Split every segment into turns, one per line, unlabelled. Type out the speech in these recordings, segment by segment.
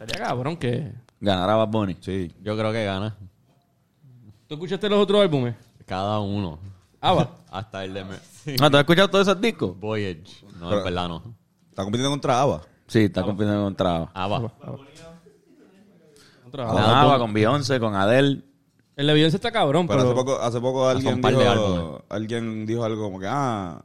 Estaría cabrón que.
Ganará Bad Bunny.
Sí, yo creo que gana.
¿Tú escuchaste los otros álbumes?
Cada uno.
Ah, va.
Hasta el de... me-
Ah, ¿Tú has escuchado todos esos discos?
Voyage. No,
Pero-
en verdad no. Ah,
Está compitiendo contra Ava.
Sí, está compitiendo contra ABBA.
Ah,
Ava.
Otra
Con
vez.
ABBA, con Beyoncé, con Adele.
El de Beyoncé está cabrón,
Pero
pero.
hace poco, hace poco
un
alguien,
par de álbumes.
dijo, alguien dijo algo como que, ah,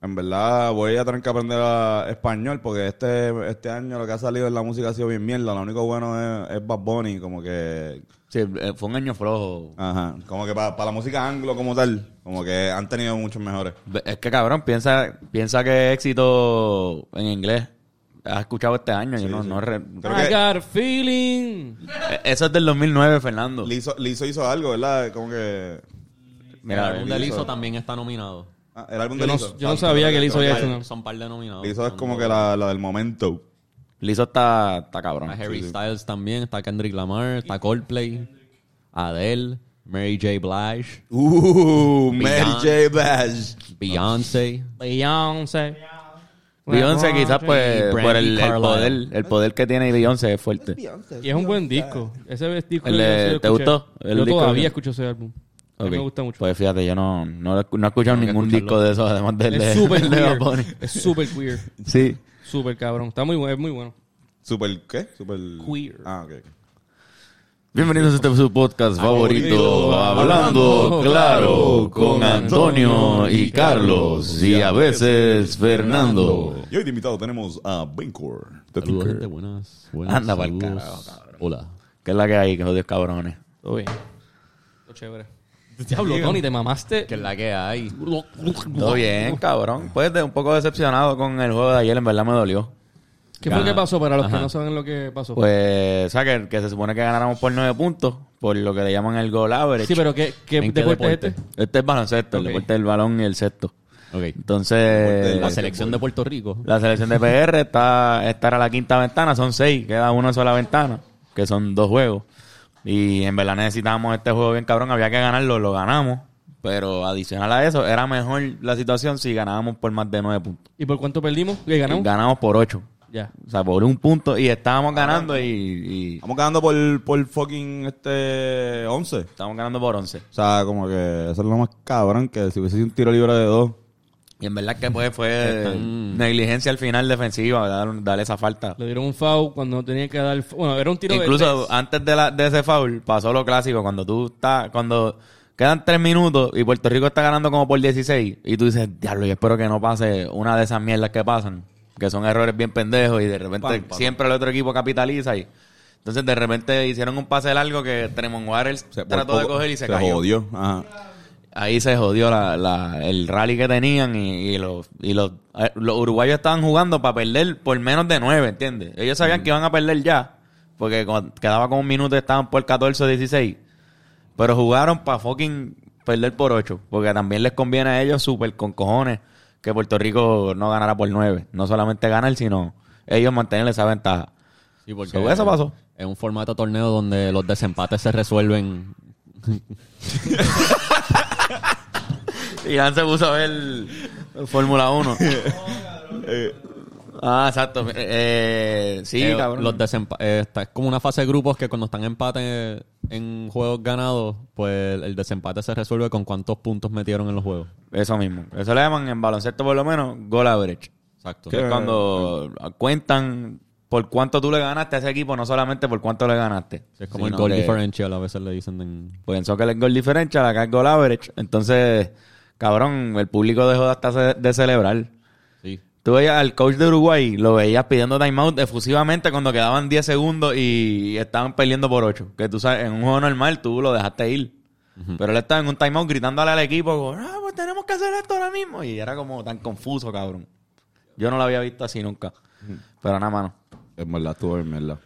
en verdad voy a tener que aprender a- español porque este, este año lo que ha salido en la música ha sido bien mierda. Lo único bueno es, es Bad Bunny, como que,
Sí, eh, fue un año flojo.
ajá, como que para la música anglo como tal, como que han tenido muchos mejores.
Ve- Es que cabrón, piensa, piensa que éxito en inglés has escuchado este año. yo no, no re-
Creo
I
que-
got a feeling.
Eh, Eso es del 2009, Fernando.
Lizo, Lizzo hizo algo, ¿verdad? Como que...
Mira, el
Mira,
álbum de Lizzo también está nominado.
ah, el álbum
Yo
de
no-
Lizzo.
yo no sabía que Lizzo había hecho
Son
una-
Son par de nominados.
Lizzo es
Son
como
dos.
que la, la del momento.
Lizzo está, está cabrón.
Está Harry Styles también, está Kendrick Lamar, está Coldplay, Adele, Mary J. Blige,
Uh,
Mary
Mary
J.
J. Bash.
Beyoncé.
Beyoncé.
Beyoncé quizás pues
Brandy
por el, el
Carlisle.
poder, el poder que tiene Beyoncé es fuerte.
Y es un buen disco. Ese es disco.
El
yo
de-
no sé, lo
¿te
escuché.
gustó? El
yo
disco
todavía
que-
escucho ese álbum. A mí
Ok.
Me gusta mucho.
Pues fíjate, yo no, no, lo escu- no he escuchado
Tengo que
ningún
escucharlo.
disco de esos, además del de,
es súper
del de Bad
weird.
Bunny.
Es súper queer.
Sí.
Súper cabrón. Está muy bueno. Es muy bueno.
¿Super qué? Super...
Queer.
Ah, ok.
Bienvenidos a este su podcast favorito, Hablando Claro, con Antonio y Carlos, y a veces Fernando.
Y hoy de invitado tenemos a Bancor. The
Saludos,
Tinker.
gente, buenas. buenas
Anda pa'l
saludos.
carajo, cabrón.
Hola.
¿Qué es la que hay, que jodidos cabrones?
Todo bien. Todo chévere. Diablo, Tony, te mamaste.
Que es la que hay.
Todo bien, cabrón. Pues de- un poco decepcionado con el juego de ayer, en verdad me dolió.
¿Qué fue lo que pasó para los que
Ajá.
no saben lo que pasó?
Pues, o sea, que, que se supone que ganáramos por nueve puntos, por lo que le llaman el goal average.
sí, pero ¿qué, qué
¿En qué
deporte es este?
deporte?
Este es baloncesto,
Ok.
el deporte del balón y el sexto.
Ok.
Entonces,
La selección de Puerto Rico.
la selección de PR está, esta era la quinta ventana, son seis, queda una sola ventana, que son dos juegos. Y en verdad necesitábamos este juego bien cabrón, había que ganarlo, lo ganamos. Pero adicional a eso, era mejor la situación si ganábamos por más de nueve puntos.
¿Y por cuánto perdimos? ¿Y ganamos?
Ganamos por ocho.
ya.
O sea, por un punto y estábamos ganando y, y
Estamos ganando por, por fucking este 11.
estábamos ganando por once.
O sea, como que eso es lo más cabrón que si hubiese sido un tiro libre de dos.
Y en verdad que pues fue negligencia al final defensiva, dar, darle esa falta.
Le dieron un foul cuando no tenía que dar... el foul. Bueno, era un tiro de-
Incluso antes de, la, de ese foul pasó lo clásico, cuando tú estás, cuando quedan tres minutos y Puerto Rico está ganando como por 16 y tú dices, diablo, yo espero que no pase una de esas mierdas que pasan, que son errores bien pendejos y de repente
Pam, pam.
siempre el otro equipo capitaliza y... Entonces de repente hicieron un pase largo que Tremont Waters
O sea, por
trató de
poco
coger y se, cayó.
jodió. Ajá.
Ahí se jodió la, la- el rally que tenían y, y los, y los, eh, los uruguayos estaban jugando para perder por menos de nueve, ¿entiendes? Ellos sabían que iban a perder ya, porque cuando quedaba con un minuto estaban por 14 o 16. Pero jugaron para fucking perder por ocho, porque también les conviene a ellos súper con cojones que Puerto Rico no ganara por nueve. No solamente ganar, sino ellos mantenerle esa ventaja.
Sí, porque
So, eso pasó.
Es un formato de torneo donde los desempates se resuelven.
Irán se puso a ver Fórmula 1. ah, exacto. Eh, sí,
Eh,
cabrón.
Los desempa- eh, está- es como una fase de grupos que cuando están empates en juegos ganados, pues el desempate se resuelve con cuántos puntos metieron en los juegos.
Eso mismo. Eso le llaman en baloncesto, por lo menos, goal average.
Exacto.
Que es cuando cuentan por cuánto tú le ganaste a ese equipo, no solamente por cuánto le ganaste.
Sí, es como el
sino
goal
que-
differential, a veces le dicen en...
Pensó que el goal differential, acá es goal average. Entonces, cabrón, el público dejó de, hasta ce- de celebrar.
Sí.
Tú veías al coach de Uruguay, lo veías pidiendo timeout efusivamente cuando quedaban 10 segundos y estaban perdiendo por 8. Que tú sabes, en un juego normal tú lo dejaste ir. Pero él estaba en un timeout gritándole al equipo, como, ah, pues tenemos que hacer esto ahora mismo. Y era como tan confuso, cabrón. Yo no lo había visto así nunca. Pero nada, mano.
En verdad estuvo bien, verdad.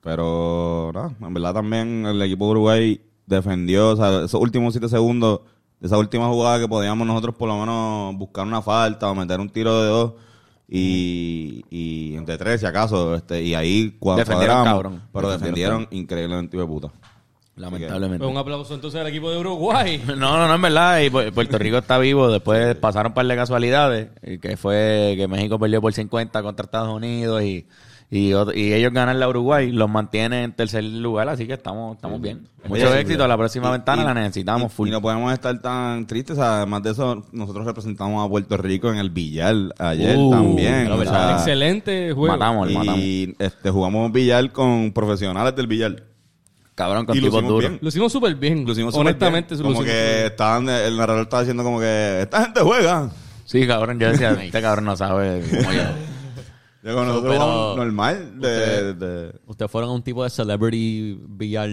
Pero, nada, en verdad también el equipo de Uruguay defendió, o sea, esos últimos siete segundos, de esa última jugada que podíamos nosotros por lo menos buscar una falta o meter un tiro de dos. Y, y entre tres, si acaso, este, y ahí cuadra-
Defendieron,
cuadramos,
cabrón.
pero
Defendieron,
defendieron, increíblemente hijo de puta.
Lamentablemente.
Pues un aplauso entonces al equipo de Uruguay.
No, no, no, en verdad. Y Pu- Puerto Rico está vivo. Después pasaron un par de casualidades. eh, Que fue que México perdió por 50 contra Estados Unidos. Y, Y, ot- y ellos ganan la Uruguay, los mantiene en tercer lugar, así que estamos, estamos bien. Mucho
Oye,
éxito, la próxima
y-
ventana
y-
la necesitamos
y-
full.
Y no podemos estar tan tristes. Además de eso, nosotros representamos a Puerto Rico en el billar ayer
Uh,
también.
pero
o
verdad,
sea,
Excelente juego.
matamos, matamos.
y este, jugamos billar con profesionales del billar.
Cabrón, con
y lo
tipos
hicimos
duros.
bien.
Lo hicimos súper bien.
Lo hicimos súper
Honestamente,
bien.
lo
como
hicimos
que
súper
estaban de- el narrador estaba diciendo como que esta gente juega.
Sí, cabrón, yo decía, este cabrón no sabe cómo yo.
Yo con nosotros
pero-
jugamos normal de, de-
Ustedes fueron a un tipo de celebrity billar.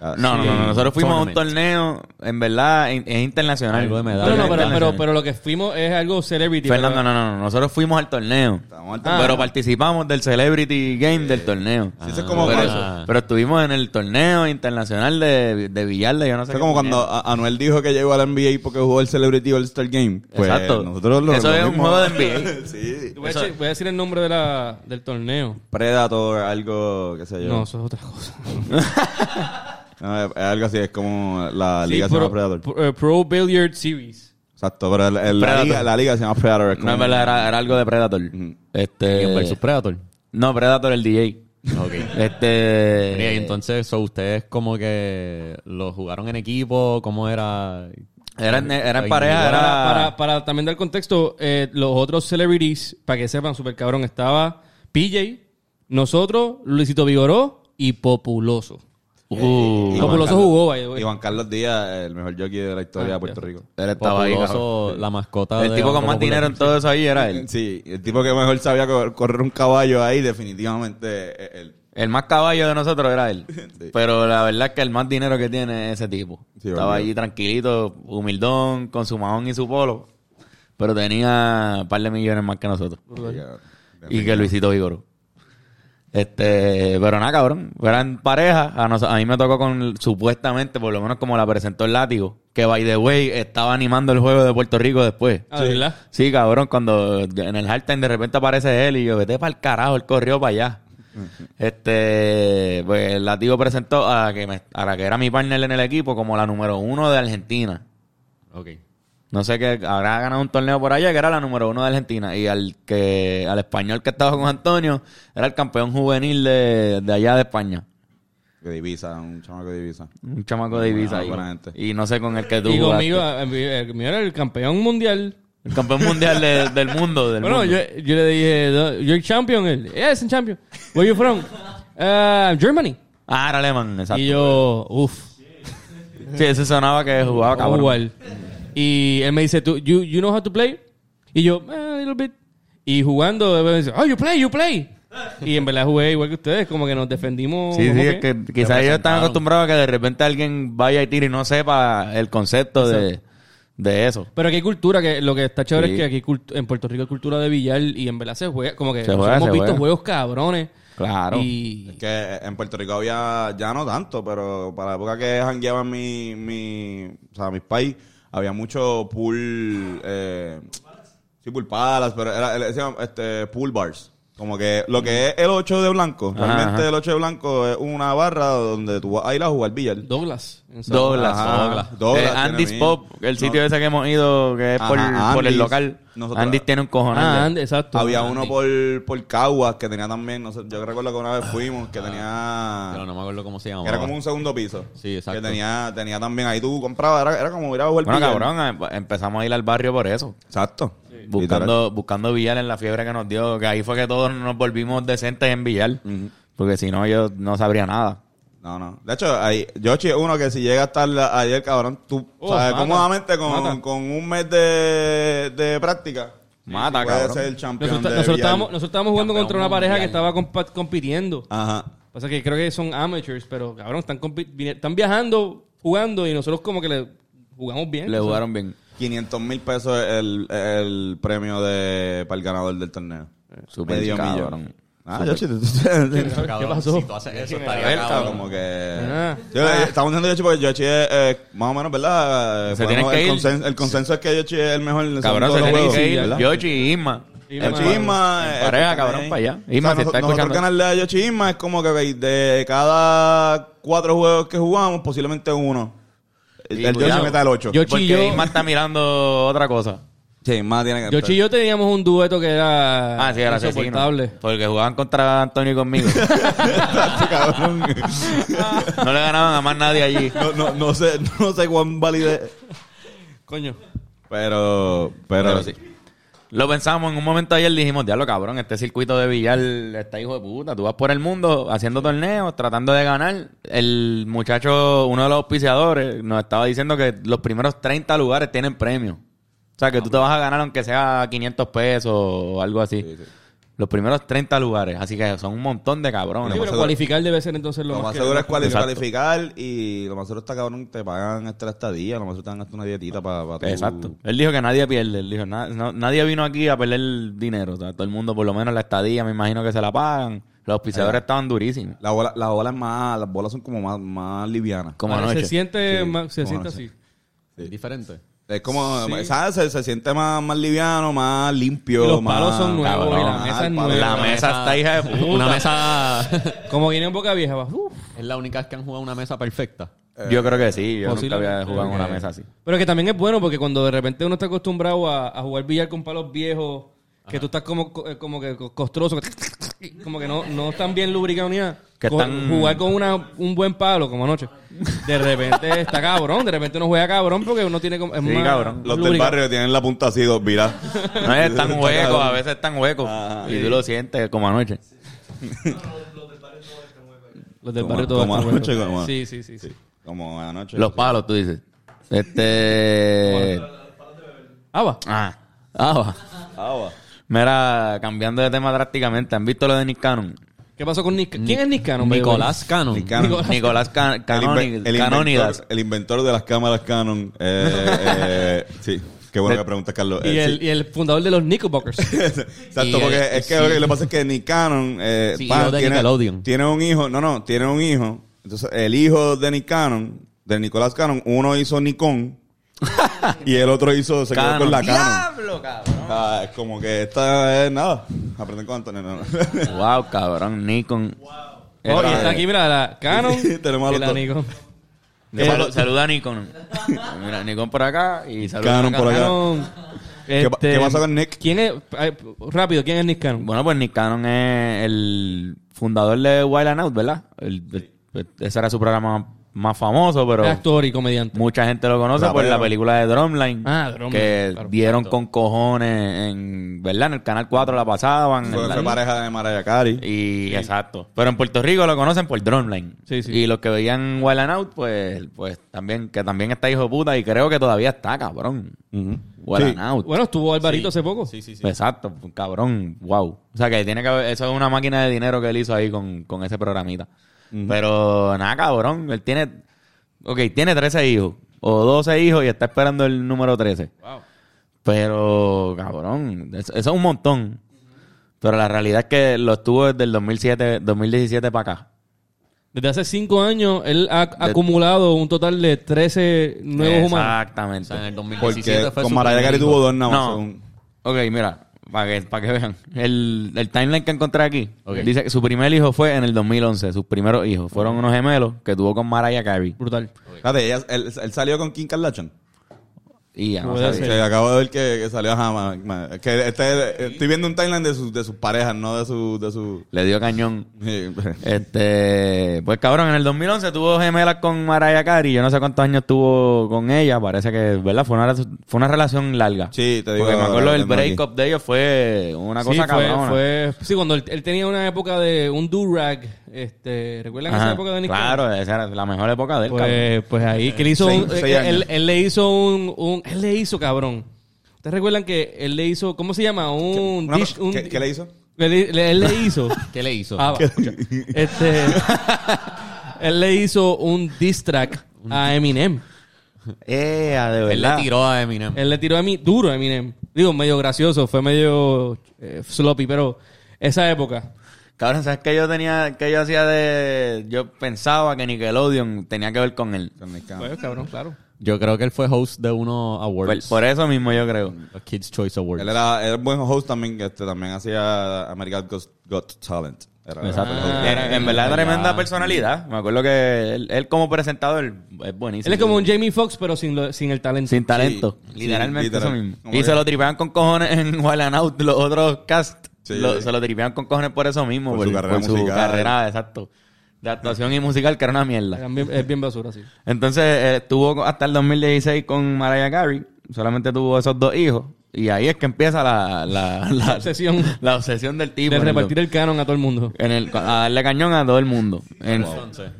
Ah,
No, no, no, no, nosotros fuimos a un
Tournament.
torneo, en verdad, in- es internacional.
Algo de medalla.
bien. No, no, pero,
Internacional.
pero, pero lo que fuimos es algo celebrity.
Fernando,
pero-
no, no, no, nosotros fuimos al torneo.
Estábamos al
Ah.
torneo.
Pero participamos del Celebrity Game del torneo.
Sí, eso es como
pero,
cuando-
pero estuvimos en el torneo internacional de, de billar, de yo no sé qué
Fue como
torneo.
cuando a- Anuel dijo que llegó al NBA porque jugó el Celebrity All-Star Game. Pues
Exacto.
Nosotros lo,
Eso
lo
es un
mismo.
juego de NBA.
sí.
Voy a,
Eso-
decir, voy a decir el nombre de la, del torneo.
Predator, algo, qué sé yo.
No, eso es otra cosa.
No, es- es algo así, es como la liga
Sí,
se llama
pro,
Predator.
pro- eh, Pro Billiard Series.
Exacto, pero el- el- la,
Predator.
liga, la liga se llama Predator. es
No, en
como-
verdad, era, era algo de Predator.
Alien versus
Este,
Predator.
no, Predator el DJ. Este...
Y entonces, so, ustedes como que lo jugaron en equipo, ¿cómo era?
Era, en- era en
Ay,
pareja,
Para,
era...
para, para también dar contexto, eh, los otros celebrities, para que sepan, super cabrón, estaba PJ, nosotros, Luisito Vigoró y Populoso.
Uh,
Y Juan
Populoso
Carlos-
jugó, by the way.
Y Juan Carlos Díaz, el mejor jockey de la historia de Puerto Rico.
él estaba ahí, cabrón.
Populoso, la mascota
El
de
tipo con
Banco
más dinero
Popular.
en todo eso ahí era él.
Sí, el tipo que mejor sabía co- correr un caballo ahí, definitivamente eh, él.
El más caballo de nosotros era él. Pero la verdad es que el más dinero que tiene es ese tipo.
Sí,
Estaba
obvio.
allí tranquilito, humildón, con su mahón y su polo. Pero tenía un par de millones más que nosotros. Y que Luisito Vigoró. Este, pero nada, cabrón. Eran pareja. A, nos- a mí me tocó con, supuestamente, por lo menos como la presentó el látigo, que by the way estaba animando el juego de Puerto Rico después.
Ah, ¿de verdad?
Sí, cabrón, cuando en el halftime de repente aparece él y yo, vete para el carajo, él corrió para allá. Este, pues el latigo presentó a, que me- a la que era mi partner en el equipo como la número uno de Argentina.
Ok.
No sé qué, habrá ganado un torneo por allá que era la número uno de Argentina. Y al que, al español que estaba con Antonio, era el campeón juvenil de, de allá de España.
Que divisa, un chamaco de divisa.
Un chamaco de Ibiza.
Buena, buena
ahí.
gente.
y no sé con el que tú
Y conmigo,
jugaste.
a- a mí- el mío era el campeón mundial.
El campeón mundial de- del mundo. Del
Bueno,
mundo.
yo, yo le dije, "Do- you're champion. Él, Yes, I'm champion. Where you from? "Ah, Germany.
Ah, era alemán, exacto.
Y yo, uff,
Sí, ese sonaba que jugaba cabrón.
igual. Y él me dice, "Tú- you, you know how to play? Y yo, "Eh, a little bit. Y jugando, él me dice, oh, you play, you play. Y en verdad jugué igual que ustedes, como que nos defendimos.
Sí,
como
sí, es que quizás ellos están acostumbrados a que de repente alguien vaya y tire y no sepa el concepto de, de eso.
Pero aquí hay cultura, que lo que está chévere
Sí.
es que aquí hay cultu- en Puerto Rico hay cultura de billar y en verdad se juega, como que
Se juega,
hemos
se
visto
juega.
juegos cabrones.
Claro.
Y,
Es que en Puerto Rico había, ya no tanto, pero para la época que jangueaban mi, mi, o sea, mis pais, había mucho pool, eh, sí, pool palace, pero era, era- se llama, este, pool bars. Como que lo que es el 8 de blanco,
Ajá,
realmente
ajá.
el 8 de blanco es una barra donde tú vas a ir a jugar billar.
Douglas. en San-
Doblas.
Ajá, Douglas
Eh,
tiene
Andy's
bien.
Pop, el sitio ese que hemos ido, que es por,
Ajá,
por el
Andy's.
local.
Nosotros-
Andy's tiene un cojonal.
Ah,
de-
Andy, exacto.
Había
Andy.
uno por, por Caguas que tenía también, no sé, yo recuerdo que una vez fuimos, que tenía...
Pero Ah, no me acuerdo cómo se llamaba.
que era como un segundo piso.
Sí, exacto.
Que tenía, tenía también, ahí tú comprabas, era, era como ir a jugar
Bueno,
billar.
cabrón, em- empezamos a ir al barrio por eso.
Exacto. Literal.
Buscando, buscando Villar en la fiebre que nos dio. Que ahí fue que todos nos volvimos decentes en Villar. Porque si no, yo no sabría nada.
No, no. De hecho, ahí, Yoshi es uno que si llega a estar la- ayer, cabrón, tú,
Oh,
sabes,
mata,
cómodamente
mata.
con, con un mes de, de práctica.
Mata,
puede
cabrón.
ser el campeón
Nosotros,
de
nosotros
billar.
estábamos, nosotros estábamos jugando
Campeón
contra una pareja que
mundial.
estaba compa- compitiendo.
Ajá.
Pasa que creo que son amateurs, pero cabrón, están, compi- vi- están viajando, jugando y nosotros como que le jugamos bien.
Le
o sea.
jugaron bien.
500 mil pesos es el, el premio de, para el ganador del torneo.
Súper
Medio
Eh, cabrón.
millón. Ah, Yoshi, tú- tú-
Cabrón,
pasó?
Si tú haces eso,
A ver,
estaría
cabrón,
cabrón.
como que.
Ah.
Yo, eh, estamos diciendo Yoshi porque Yoshi es eh, más o menos, ¿verdad? Eh,
Se tienen
podemos-
que
el,
ir.
consenso, el consenso es que Yoshi es el mejor en
Cabrón,
todos
se
los
tiene
juegos,
que ir.
¿verdad?
Yoshi y Isma.
Isma,
En
Yoshi Isma.
en
eh,
pareja,
están
cabrón,
ahí.
para allá.
O sea,
Isma, si
noso-
está
nosotros
escuchando.
ganarle a Yoshi Isma es como que ok, de cada cuatro juegos que jugamos, posiblemente uno. El,
Y
el Yoshi
cuidado.
meta el ocho.
Yoshi-
Porque
Chillo.
Isma está mirando otra cosa.
Sí, más tiene que
Yoshi y yo teníamos un dueto que era
Ah, sí, era asesino.
insoportable.
Porque jugaban contra Antonio y conmigo.
Este cabrón.
No le ganaban a más nadie allí.
No, no, no sé, no sé cuán validez.
Coño.
Pero, pero,
Pero sí. Lo pensamos en un momento ayer, dijimos, diablo cabrón, este circuito de billar está hijo de puta. Tú vas por el mundo haciendo torneos, tratando de ganar. El muchacho, uno de los auspiciadores, nos estaba diciendo que los primeros 30 lugares tienen premio. O sea, que tú te vas a ganar aunque sea 500 pesos o algo así. Los primeros 30 lugares. Así que son un montón de cabrones.
Sí, pero
seguro-
cualificar debe ser entonces lo,
Lo más
que-
seguro es cuali-
Exacto.
cualificar y lo más seguro está cabrón te pagan hasta la estadía, lo más seguro te dan hasta una dietita para tu...
Exacto. Él dijo que nadie pierde. Él dijo, "Na- no- nadie vino aquí a perder el dinero. O sea, todo el mundo, por lo menos la estadía, me imagino que se la pagan. Los auspiciadores estaban durísimos.
La bola, las bolas más, las bolas son como más, más livianas.
Como
Ah,
anoche.
Se siente,
Sí,
más- se
como
siente
anoche.
así.
Es diferente.
Es como, ¿sabes? Se, se siente más, más liviano, más limpio.
Y los
más-
palos son nuevos
cabrón,
y la mesa
ah,
es
el palo-
nueva.
La mesa está hija de puta.
Una mesa.
Como viene en boca vieja, va. uf.
es la única vez que han jugado una mesa perfecta.
Yo creo que sí. Yo nunca
Posiblemente.
había jugado en una mesa así.
Pero que también es bueno porque cuando de repente uno está acostumbrado a, a jugar billar con palos viejos, que tú estás como, co- eh, como que co- costroso, que- como que no, no están bien lubricados ni nada.
Que
Co-
están-
Jugar con una, un buen palo, como anoche. De repente está cabrón, de repente uno juega cabrón porque uno tiene como. Es
Sí,
más
cabrón.
Los del
lubricado.
barrio tienen la punta así, dos viras.
No es tan hueco, a veces es tan hueco.
Ah,
y tú lo sientes como anoche.
Los del
Como-
barrio todos
como
están
anoche,
buenos.
como-
Sí, sí, sí. sí.
Como anoche.
Los palos, tú dices. Este.
Ah, va.
Ah, ah, va.
Agua.
Mira, cambiando de tema drásticamente, ¿han visto lo de Nick Cannon?
¿Qué pasó con Nick? ¿Quién es Nick Cannon? by the way?
Nicolás Cannon.
Nick Cannon.
Nicolás Can-
El inve-
Canoni-
el
Canónidas.
inventor, el inventor de las cámaras Canon. Eh, eh, sí, qué bueno que preguntas, Carlos. Eh,
Y
sí.
el, y el fundador de los Nickelbockers.
Eh, Exacto,
Y
porque
el-
es que lo que pasa es que Nick Cannon eh,
Sí,
pa,
hijo de
tiene,
Nickelodeon.
tiene un hijo, no, no, tiene un hijo. Entonces, el hijo de Nick Cannon, de Nicolás Cannon, uno hizo Nikon y el otro hizo, se quedó
Cannon.
con la Canon.
¡Diablo, cabrón!
Ah, es como que esta es nada. Aprenden con Antonio. no, no.
Wow, cabrón, Nikon.
Oh, y está aquí, mira, la Canon
Sí, tenemos a
y
los
la
dos.
Nikon.
Eh, salu- saluda a Nikon. Mira, Nikon por acá y saluda
Canon
a
por acá.
Canon.
¿Qué pa- qué pasa con Nick?
¿Quién es? ay, rápido, ¿quién es Nick Cannon?
Bueno, pues Nick Cannon es el fundador de Wild and Out, ¿verdad? El- el- ese era su programa más famoso, pero
Es actor y comediante.
mucha gente lo conoce por
Rapero.
la película de Drumline.
Ah, Drumline,
Que
claro,
dieron con cojones en, ¿verdad? En el Canal 4 la pasaban.
Fue,
en la-
fue pareja de Mariah Carey.
Y exacto. Pero en Puerto Rico lo conocen por Drumline.
Sí, sí.
Y los que veían Wild and Out, pues, pues también, que también está hijo de puta y creo que todavía está, cabrón. Wild
Mm. Sí.
and Out.
Bueno, estuvo Alvarito hace poco.
Exacto, cabrón, wow. O sea que tiene que haber, eso es una máquina de dinero que él hizo ahí con, con ese programita. Pero nada, cabrón, él tiene, ok, tiene 13 hijos o 12 hijos y está esperando el número 13.
Wow.
Pero, cabrón, eso, eso es un montón. Pero la realidad es que lo estuvo desde el 2007, 2017 para acá.
Desde hace cinco años, él ha acumulado un total de 13 nuevos humanos.
O sea, en
Exactamente.
el 2017
Porque
fue
con
su
Mariah
primer
Carey
hijo.
tuvo dos nada más.
No.
según-
Ok, mira, para que, para que vean. El, el timeline que encontré aquí
Ok.
dice que su primer hijo fue en el 2011. Sus primeros hijos fueron unos gemelos que tuvo con Mariah Carey.
Brutal.
Espérate, ella- él, él salió con Kim Kardashian.
Y ya no
Puede
sabía.
Sí. ser.
Que acabo de ver que, que salió ajá, ma- ma- que este- estoy viendo un timeline de sus de sus parejas, no de su de su
Le dio cañón.
Sí,
Este, pues cabrón, en el 2011 tuvo gemelas con Mariah Carey. Yo no sé cuántos años tuvo con ella. Parece que, ¿verdad? Fue una, fue una relación larga.
Sí, te digo,
Porque me
ahora
acuerdo
lo
del
tengo
break up de ellos fue una
Sí,
cosa
fue,
cabrona.
fue- sí, cuando él, él tenía una época de un do-rag. Este, ¿Recuerdan
Ajá.
esa época de Nick Cannon?
claro, esa era la mejor época de él, cabrón.
Pues, pues ahí, que le hizo
Seis-
un,
seis
eh,
años.
él, él le hizo un, un- Él le hizo, cabrón. ¿Ustedes recuerdan que él le hizo... ¿Cómo se llama? Un...
Una-
dish- un-
¿qué- qué le hizo?
Le di- le- él le hizo...
¿Qué le hizo?
Ah, va, escucha. Este... él le hizo un diss track a Eminem.
Eh, de
Él le
verdad.
tiró a Eminem.
Él le tiró a mí duro a Eminem. Digo, medio gracioso. Fue medio eh, sloppy, pero... Esa época.
Cabrón, ¿sabes qué yo tenía, que yo hacía de. Yo pensaba que Nickelodeon tenía que ver con él.
con Nick Cannon.
Ah. Bueno, cabrón, claro.
Yo creo que él fue host de unos
Por,
pues.
awards.
por eso mismo yo creo.
Los Kids Choice Awards.
Él era, era un buen host también, este, también hacía American Got, Got Talent. Herrera.
Exacto.
Ah,
Era- en verdad,
verdad.
tremenda personalidad. Me acuerdo que él, él como presentador es buenísimo.
Él es como un Jamie Foxx, pero sin, lo- sin el talento.
Sin talento.
Sí,
literalmente
literal.
eso mismo.
Como
Y
que-
se lo tripean con cojones en Wild and Out, los otros cast.
Sí.
lo- se lo tripean con cojones por eso mismo.
Por su carrera musical.
carrera, exacto. De actuación y musical, que era una mierda.
También Es bien basura, sí.
Entonces, eh, estuvo hasta el 2016 con Mariah Carey. Solamente tuvo esos dos hijos. Y ahí es que empieza la, la, la-
Obsesión.
la obsesión del tipo.
De
en el-
repartir el canon a todo el mundo.
en el, a darle cañón a todo el mundo. En-
Entonces,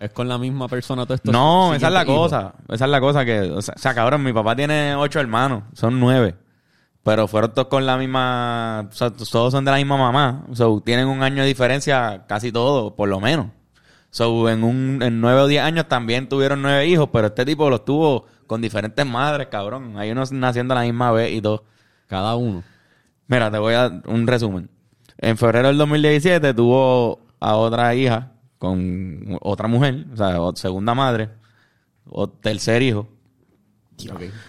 es con la misma persona todo esto.
No,
Siguiente
esa es la
hijo.
cosa. Esa es la cosa que. O sea, o sea, cabrón, mi papá tiene ocho hermanos. Son nueve. Pero fueron todos con la misma. O sea, todos son de la misma mamá. O sea, tienen un año de diferencia casi todos, por lo menos. So, en, un, en nueve o diez años también tuvieron nueve hijos, pero este tipo los tuvo con diferentes madres, cabrón. Hay unos naciendo a la misma vez y todo.
Cada uno.
Mira, te voy a dar un resumen. En febrero del 2017 tuvo a otra hija con otra mujer, o sea, o- segunda madre, o tercer hijo.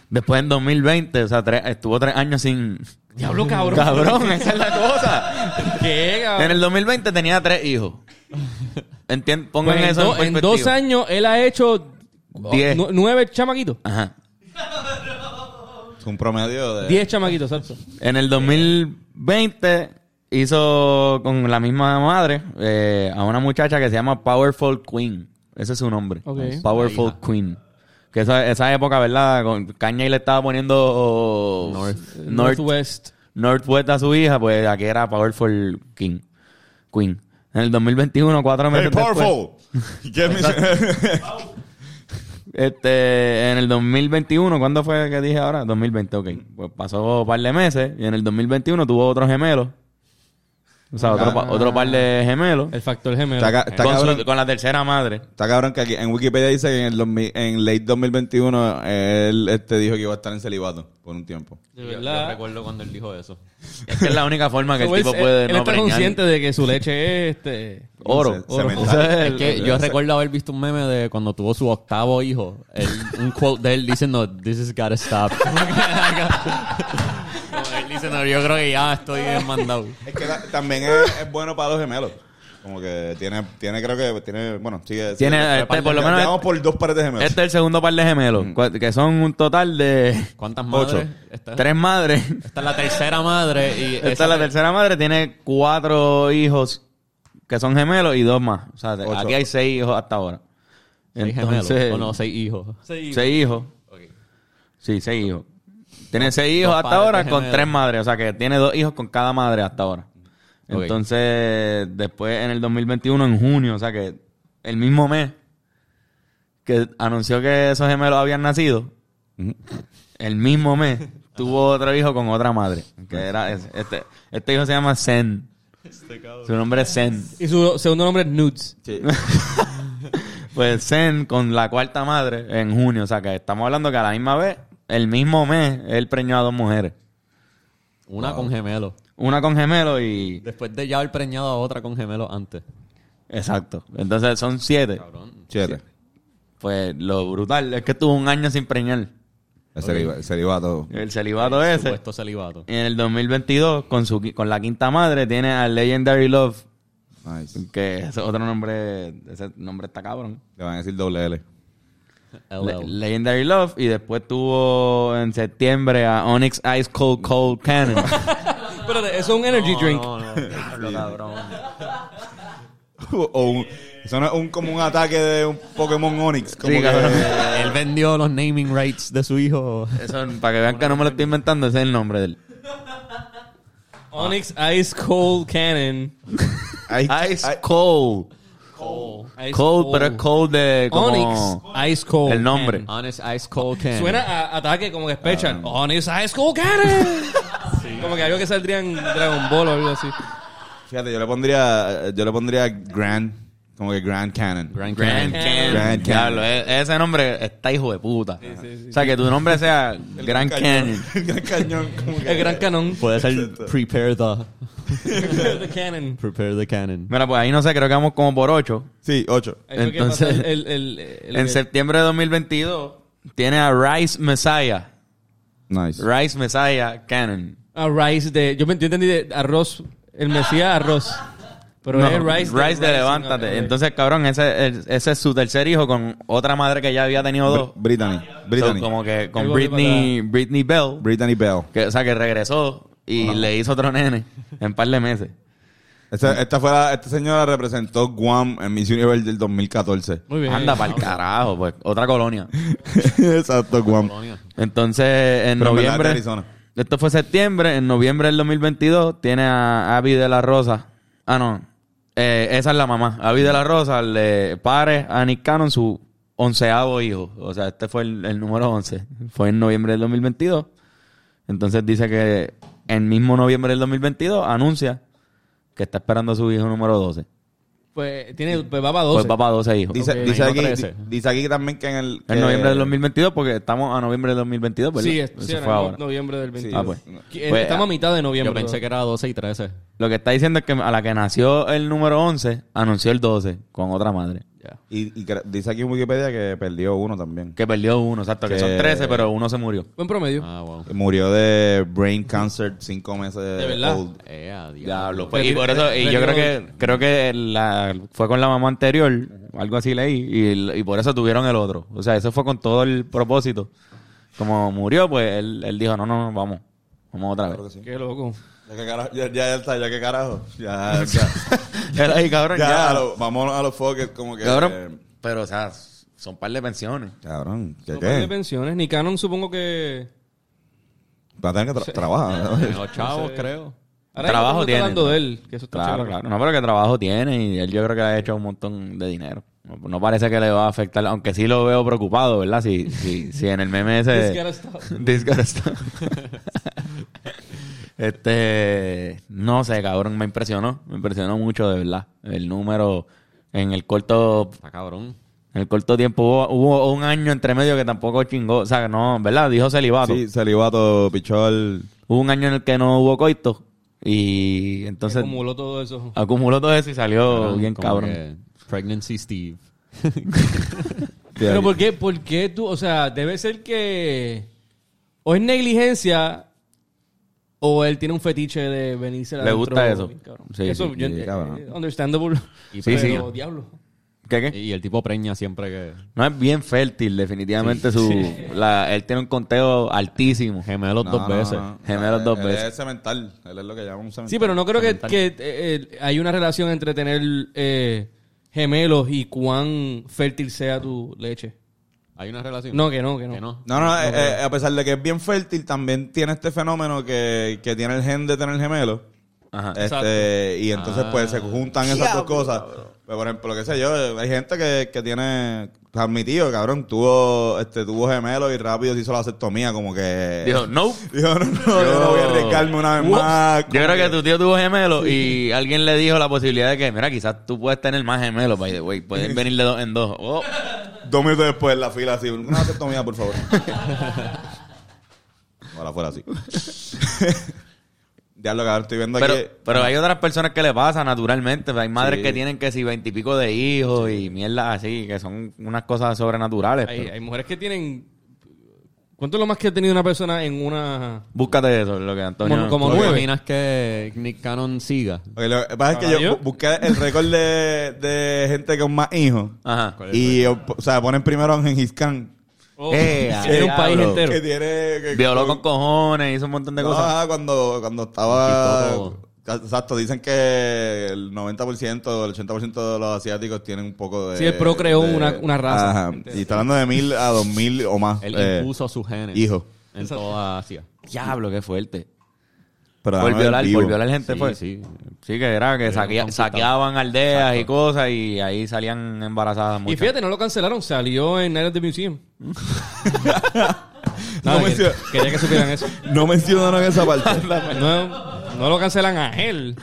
Después en 2020, o sea, tres- estuvo tres años sin...
Diablo, cabrón.
Cabrón, esa es la cosa.
¿Qué,
En
cabrón?
el 2020 tenía tres hijos. Entien- Pongan
Pues en,
eso
do-
en,
en dos
perspectiva.
años él ha hecho
Diez.
nu- nueve chamaquitos.
Ajá.
Es un promedio de...
Diez chamaquitos, exacto.
En el 2020 hizo con la misma madre eh, a una muchacha que se llama Powerful Queen. Ese es su nombre.
Ok.
Powerful Queen. Que esa, esa época, ¿verdad? Con Kanye le estaba poniendo eh,
North.
North-
Northwest.
Northwest a su hija, pues aquí era Powerful King. Queen. En el 2021, cuatro meses
Hey,
después-
powerful. Give me-
Este, en el 2021, ¿cuándo fue que dije ahora? 2020, ok.
Mm.
Pues pasó un par de meses y en el 2021 tuvo otro gemelo. O sea, otro, pa- otro par
Ah.
de gemelos.
El factor gemelo.
Está ca- está
Con, su-
cabrón.
con la tercera madre.
Está cabrón que aquí en Wikipedia dice que en, el 2000 en late 2021 él este, dijo que iba a estar en celibato por un tiempo.
de
Yo- Yo
verdad.
recuerdo cuando él dijo eso.
Es que es la única forma que el
Él-
tipo
él-
puede
él
no
está
preñar.
consciente de que su leche es este.
Oro.
Se- semental.
O sea, el-
Es que yo recuerdo haber visto un meme de cuando tuvo su octavo hijo. Él- un quote de él diciendo, this has gotta stop. Como que- como él diciendo, yo creo que ya estoy demandado.
Es que ta- también es, es bueno para los gemelos. Como que tiene, tiene creo que tiene, bueno, sigue. sigue.
Tiene,
Ya-
este, por lo
ya
menos
Vamos
este-
por dos pares de
este
gemelos.
es el segundo par de gemelos.
Mm.
cua- Que son un total de
¿Cuántas
Ocho.
madres? Esta,
tres madres.
esta es la tercera madre. Y
Esta
esa-
es la tercera madre, tiene cuatro hijos que son gemelos y dos más. O sea,
Ocho.
aquí hay seis hijos hasta ahora.
seis gemelos.
Entonces,
O no, seis hijos.
Sí.
seis hijos. Sí, seis hijos. Tiene seis hijos hasta
padres de
ahora con
gemelos.
tres madres. O sea, que tiene dos hijos con cada madre hasta ahora.
Ok.
Entonces, después en el 2021, en junio, o sea, que el mismo mes que anunció que esos gemelos habían nacido, el mismo mes tuvo otro hijo con otra madre. Que era ese. este, este hijo se llama Zen.
Este
Su nombre es Zen.
Y su segundo nombre es Nudes.
Pues Zen con la cuarta madre en junio. O sea que estamos hablando que a la misma vez, el mismo mes, él preñó a dos mujeres.
Una con gemelo.
Una con gemelo y.
Después de ya haber preñado a otra con gemelo antes.
Exacto. Entonces son siete.
Cabrón.
Siete.
Pues lo brutal es que tuvo un año sin preñar.
El celiba- el celibato.
El celibato ese.
Supuesto celibato.
Y en el 2022, con, su, qui- con la quinta madre, tiene a Legendary Love,
Nice.
que es otro nombre. Ese nombre está cabrón.
Le van a decir doble L.
Le-
LL.
Legendary Love y después tuvo en septiembre a Onyx Ice Cold Cold Cannon.
Espérate, eso es un energy drink.
No, no, no.
Diablo, cabrón.
o un, eso no es un, como un ataque de un Pokémon Onix. Como
Sí,
que-
cabrón.
Él vendió los naming rights de su hijo.
Eso, para que vean que no me lo estoy inventando, ese es el nombre del
Onyx Ice Cold Cannon.
Ay,
Ice Cold.
Ice
Cold, pero es cold de como
Onyx Ice Cold.
el nombre.
Cannon.
Honest Ice Cold Can.
Suena a ataque como que Special.
Ah.
Onyx Ice Cold Cannon. Como que algo que saldría en Dragon Ball o algo así.
Fíjate, yo le pondría, yo le pondría Grand, como que Grand Cannon.
Grand
Grand
Canyon.
Canyon.
Grand Canyon.
Diablo, e- ese nombre está hijo de puta. O sea, que tu nombre sea Grand Canyon.
El Gran Cañón. como que-
El gran canon.
Puede ser
Exacto.
Prepare the,
Pues,
The Cannon.
prepare the Cannon.
Mira, pues ahí no sé, creo que vamos como por ocho.
Sí, ocho.
Ahí fue que pasó
Entonces,
el- el- el-
En septiembre de 2022 tiene a Rice Messiah.
Nice.
Rice Messiah Cannon.
a rice de. Yo me yo entendí de arroz. El Mesías arroz. Pero
No,
es Rice.
Rice de, Levántate.
ok.
Entonces, cabrón, ese, el- ese es su tercer hijo con otra madre que ya había tenido dos.
Br- Brittany.
So,
Brittany.
como que con
Él volvió
Britney, Britney Bell.
Brittany Bell.
que, o sea, que regresó y le hizo otro nene en un par de meses.
Esta, esta, fue la- esta señora representó Guam en Miss Universe del 2014.
Muy bien. Ah,
Anda para el carajo, pues. Otra colonia.
Exacto, Guam.
Entonces, en
Pero en verdad,
noviembre...
de Arizona.
Esto fue septiembre. En noviembre del 2022 tiene a Abby de la Rosa. Ah, no. Eh, esa es la mamá. Abby de la Rosa le pare a Nick Cannon su onceavo hijo. O sea, este fue el, el número 11. Fue en noviembre del 2022. Entonces dice que en mismo noviembre del 2022 anuncia que está esperando a su hijo número 12.
Pues, tiene, pues va para 12.
Pues va para 12 hijos.
Dice,
Ok.
dice,
Ahí no
aquí,
trece.
di- dice aquí también que en el... que-
En noviembre del 2022 porque estamos a noviembre del 2022, ¿verdad?
sí, es,
Eso
sí,
fue
era no-
ahora.
noviembre del 22.
Ah, pues.
Que-
Pues,
Estamos a
ah,
mitad de
Yo
noviembre.
pensé que era 12 y 13.
Lo que está diciendo es que a la que nació el número 11, anunció el 12 con otra madre.
Y, y cre- dice aquí en Wikipedia que perdió uno también.
Que perdió uno, exacto. Que,
Que-
son 13, pero uno se murió.
Buen promedio.
Ah, wow.
Murió de brain cancer cinco meses
¿De verdad?
old.
Eh, a diablo.
Diablo. pues, y por eso, y yo creo que creo que la, fue con la mamá anterior, algo así leí, y, y por eso tuvieron el otro. O sea, eso fue con todo el propósito. Como murió, pues él, él dijo, no, no, no, vamos. Vamos otra vez.
Qué loco.
Ya que carajo, ya, ya, ya está, ya que carajo. Ya, ya,
Era ahí, cabrón,
ya,
ya.
a lo- vámonos a los foques como que...
Cabrón,
eh,
pero, o sea, son par de pensiones.
cabrón, ¿qué
No pues, pagan de
qué?
pensiones. Ni Canon supongo que...
Va a tener que tra- trabajar. ¿no?
Los chavos, creo.
Ahora mismo todo el mundo
Trabajo tiene.
está hablando de él. Que eso está
Claro,
chévere.
claro. No, pero que trabajo tiene y él yo creo que le ha hecho un montón de dinero. No, no parece que le va a afectar, aunque sí lo veo preocupado, ¿verdad? Si, si, si en el meme ese...
This gotta stop.
This gotta stop. este... No sé, cabrón, me impresionó. Me impresionó mucho, de verdad. El número en el corto...
Está cabrón.
En el corto tiempo hubo, hubo un año entre medio que tampoco chingó. O sea, no, ¿verdad? Dijo celibato.
Sí, celibato, pichol.
Hubo un año en el que no hubo coito. Y entonces...
Acumuló todo eso.
Acumuló todo eso y salió bien
Como
cabrón.
que Pregnancy Steve.
Pero ¿por qué, ¿por qué tú? O sea, debe ser que... O es negligencia... O él tiene un fetiche de venirse
Le
adentro,
gusta eso.
bien cabrón.
Sí,
eso,
sí,
yo,
sí, cabrón.
eh, understandable.
Y
Sí, sí.
pero, diablo.
¿Qué, qué?
Y el tipo preña siempre que...
No es bien fértil, definitivamente. su la- Él tiene un conteo altísimo.
Gemelos dos veces.
Gemelos dos veces.
Es cemental. Él es lo que llaman un cemental.
Sí, pero no creo que, que eh, eh, hay una relación entre tener eh, gemelos y cuán fértil sea tu leche.
¿Hay una relación?
No, que no, que no.
Que no.
No, no, eh, eh, a pesar de que es bien fértil, también tiene este fenómeno que, que tiene el gen de tener gemelo.
Ajá.
Este, y entonces, pues, se juntan esas dos cosas. Pero, por ejemplo, qué sé yo, eh, hay gente que, que tiene... O sea, mi tío, cabrón, tuvo, este, tuvo gemelo y rápido se hizo la vasectomía, como que...
Dijo, no.
Dijo, no, no, eh, yo no voy a arriesgarme una vez
Ups.
más.
Yo creo que tu tío tuvo gemelos y alguien le dijo la posibilidad de que, mira, quizás tú puedes tener más gemelos, by the way. Pueden venir de dos en dos. Oh.
Dos minutos después en la fila, así, una vasectomía, por favor. Ojalá fuera así. Diablo, cabrón, estoy viendo
Pero,
aquí...
pero hay otras personas que le pasa naturalmente. pues, Hay madres
Sí.
que tienen que si veintipico de hijos y mierda así, que son unas cosas sobrenaturales.
Hay,
pero-
hay mujeres que tienen... ¿Cuánto es lo más que ha tenido una persona en una...
Búscate eso, lo que Antonio.
Como- como
¿Tú
nueve.
imaginas que Nick Cannon siga?
Ok, lo que pasa es que yo
¿Adiós?
bu- busqué el récord de, de gente con más hijos.
Ajá.
Y, o o sea, ponen primero a Gengis Khan.
Oh,
Eh,
si tiene un
diablo.
país entero.
Que tiene... Que,
Violó con cojones, hizo un montón de
No,
cosas.
ajá, cuando, cuando estaba...
Conquistó
Exacto, dicen que el 90% o el 80% de los asiáticos tienen un poco de...
Sí, el pro creó
de-
una- una raza.
Ajá, y está hablando de mil a dos mil o más.
Él
eh,
impuso sus genes.
hijo.
En toda Asia.
Diablo, qué fuerte.
Pero
Por
además
violar,
vivo.
por violar gente
Sí,
fue. Sí.
sí.
que era que
Era
saquea-
un computador.
saqueaban aldeas y cosas y ahí salían embarazadas
Y
muchas.
fíjate, no lo cancelaron. Salió en Night at the Museum. Nada,
No
que-
mencio-
quería que supieran eso.
No mencionaron esa parte.
No, no lo cancelan a él.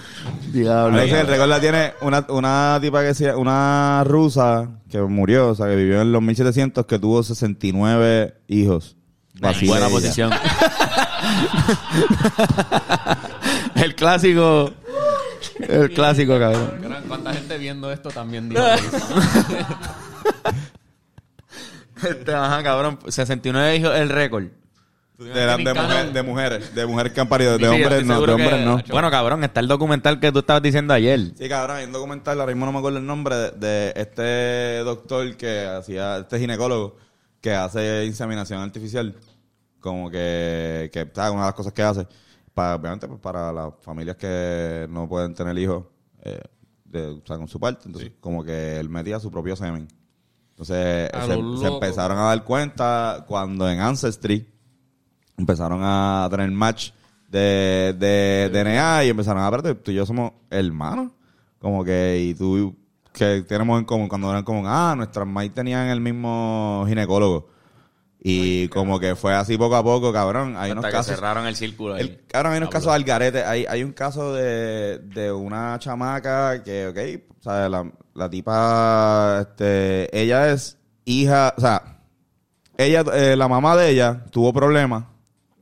Diablo. el récord la tiene una, una tipa que se, una rusa que murió, o sea, que vivió en los 1700, que tuvo 69 hijos. Vacile
Buena
ella.
posición. el clásico. El clásico, cabrón.
¿Cuánta gente viendo esto también dijo?
Este, ajá, cabrón. 69 hijos el récord.
Eran de,
Dominicano.
mujer- de mujeres, de mujeres que han parido, de
Sí, yo
hombres
estoy
no, de
seguro que-
hombres no.
Bueno, cabrón, está el documental que tú estabas diciendo ayer.
Sí, cabrón, hay un documental, ahora mismo no me acuerdo el nombre, de, de este doctor que hacía, este ginecólogo que hace inseminación artificial. Como que, que ¿sabes? una de las cosas que hace, para, obviamente pues, para las familias que no pueden tener hijos eh, de- o sea, con su parte. Entonces, como que él metía su propio semen. Entonces,
A
se, em,
lo
se
loco.
empezaron a dar cuenta cuando en Ancestry empezaron a tener match de, de DNA y empezaron a hablar, tú y yo somos hermanos. Como que, y tú, que tenemos en común, cuando eran como, ah, nuestras maíz tenían el mismo ginecólogo. Y como que fue así poco a poco, cabrón. Hay unos
Hasta que
casos.
cerraron el círculo ahí.
El, cabrón, hay unos casos al garete. Hay, hay un caso de, de una chamaca que, ok, o sea, la, la tipa, este, ella es hija, o sea, ella, eh, la mamá de ella tuvo problemas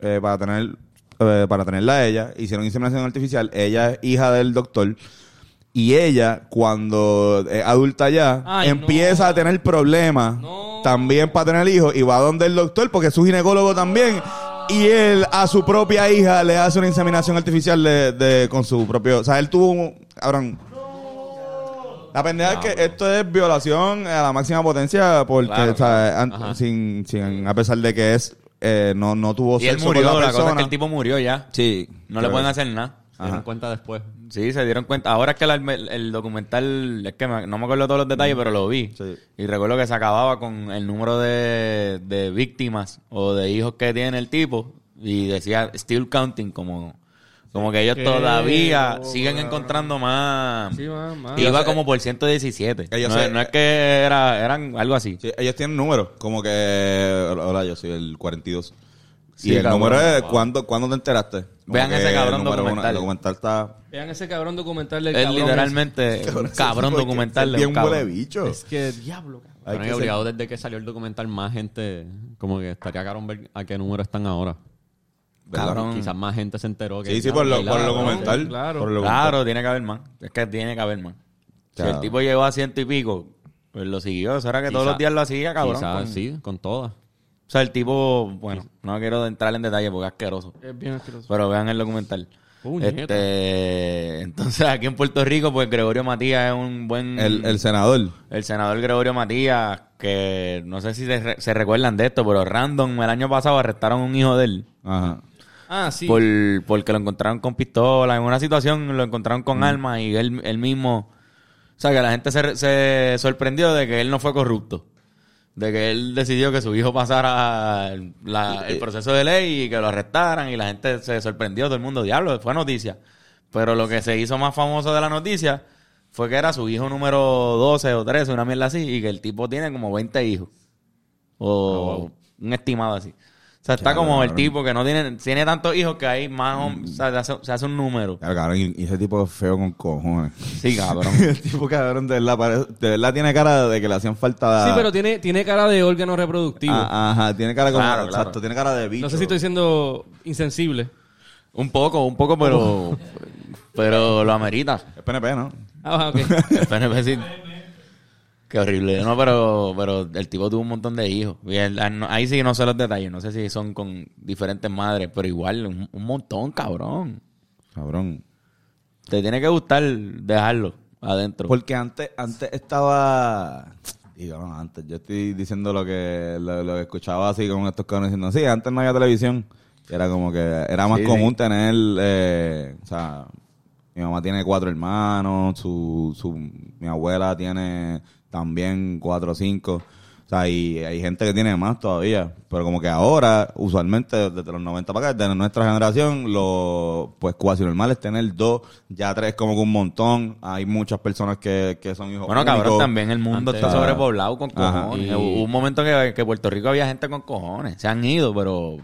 eh, para tener, eh, para tenerla a ella. Hicieron inseminación artificial. Ella es hija del doctor. Y ella, cuando es adulta ya,
Ay,
empieza
no.
a tener problemas
No.
también para tener hijos y va donde el doctor porque es su ginecólogo también. Y él a su propia hija le hace una inseminación artificial de, de- con su propio... O sea, él tuvo un... Cabrón. La pendeja es que esto es violación a la máxima potencia porque,
Claro,
o sea, an-
Ajá.
sin, sin, a pesar de que es... eh, no, no tuvo
Y él
sexo
murió,
con la
la, cosa
persona.
es que el tipo murió ya.
sí.
No le pueden hacer nada.
Se dieron cuenta después.
Sí, se dieron cuenta. Ahora es que la- el, el documental, es que me- no me acuerdo todos los detalles, pero lo vi.
Sí.
Y recuerdo que se acababa con el número de, de víctimas o de hijos que tiene el tipo. Y decía, still counting, como, como que ellos
Qué
todavía
loco,
siguen
cabrón.
encontrando más.
Sí, más, más.
Y iba como por 117.
Ellos
no,
se-
no es que era, eran algo así.
Sí, ellos tienen números, como que. Hola, yo soy el 42.
Sí,
y el
cabrón,
número es.
wow.
¿cuándo, ¿Cuándo te enteraste? Como
Vean
que
ese cabrón
el número uno,
documental.
el documental está.
Vean ese cabrón documental del
Es
cabrón
literalmente un cabrón
Porque
documental
es
de
Bien
un
huele
cabrón.
bicho.
ese. Es que diablo, cabrón.
Hay
Pero
que
he obligado desde que salió el documental más gente, como que estaría caro ver a qué número están ahora.
¿Verdad?
Cabrón.
Quizás más gente se enteró que
Sí, sí, por lo,
Mira,
por lo
Claro,
documental.
claro.
por lo documental.
Claro, tiene que haber más. Es que tiene que haber más. Si
Claro.
el tipo llegó a ciento y pico, pues lo siguió. Eso era que todos
Quizá-
los días lo hacía, cabrón.
Quizás
Con-
sí, con todas.
O sea, el tipo, bueno, no quiero entrar en detalle porque es asqueroso.
Es bien asqueroso.
Pero vean el documental.
Puñeta.
Este, entonces, aquí en Puerto Rico, pues Gregorio Matías es un buen...
El, el senador.
El senador Gregorio Matías, que no sé si se, re- se recuerdan de esto, pero random, el año pasado arrestaron a un hijo de él.
Ajá.
Ah, sí.
Por, porque lo encontraron con pistola, en una situación lo encontraron con armas y él, él mismo... O sea, que la gente se, se sorprendió de que él no fue corrupto. De que él decidió que su hijo pasara la- el proceso de ley y que lo arrestaran y la gente se sorprendió, todo el mundo, diablo, fue noticia. Pero lo que se hizo más famoso de la noticia fue que era su hijo número 12 o 13, una mierda así, y que el tipo tiene como 20 hijos. O un estimado así. O sea, está
Chale,
como el
cabrón.
tipo que no tiene, tiene tantos hijos que hay más, o- o sea, se hace, se hace un número.
Claro, cabrón, y y ese tipo es feo con cojones.
Sí, cabrón.
el tipo, cabrón, de verdad, parece- de verdad tiene cara de que le hacían falta.
Ah.
Sí, pero tiene, tiene cara de órgano reproductivo.
Ah, Ajá, tiene cara como.
Claro, claro.
exacto, tiene cara de bicho.
no sé si estoy siendo insensible.
Un poco, un poco, pero, pero lo amerita.
Es PNP, ¿no?
Ah, ok.
El PNP sí. Qué horrible. No, pero, pero el tipo tuvo un montón de hijos. Y el- ah, no- ahí sí que no sé los detalles. No sé si son con diferentes madres, pero igual, un, un montón, cabrón.
Cabrón.
Te tiene que gustar dejarlo adentro.
Porque antes, antes estaba. Digo, no, antes. Yo estoy diciendo lo que, lo, lo que escuchaba así con estos cabrones diciendo, sí, antes no había televisión. Era como que era más
Sí,
común tener, eh, o sea, mi mamá tiene cuatro hermanos, su, su, mi abuela tiene también cuatro o cinco. O sea, y hay gente que tiene más todavía. Pero como que ahora, usualmente, desde los 90 para acá, de nuestra generación, lo pues cuasi normal es tener dos, ya tres como que un montón. Hay muchas personas que, que son hijos
Bueno, cabrón,
únicos.
también el mundo
Antes-
está sobrepoblado con
Ajá.
cojones.
Y-
Hubo un momento que, que Puerto Rico había gente con cojones. Se han ido, pero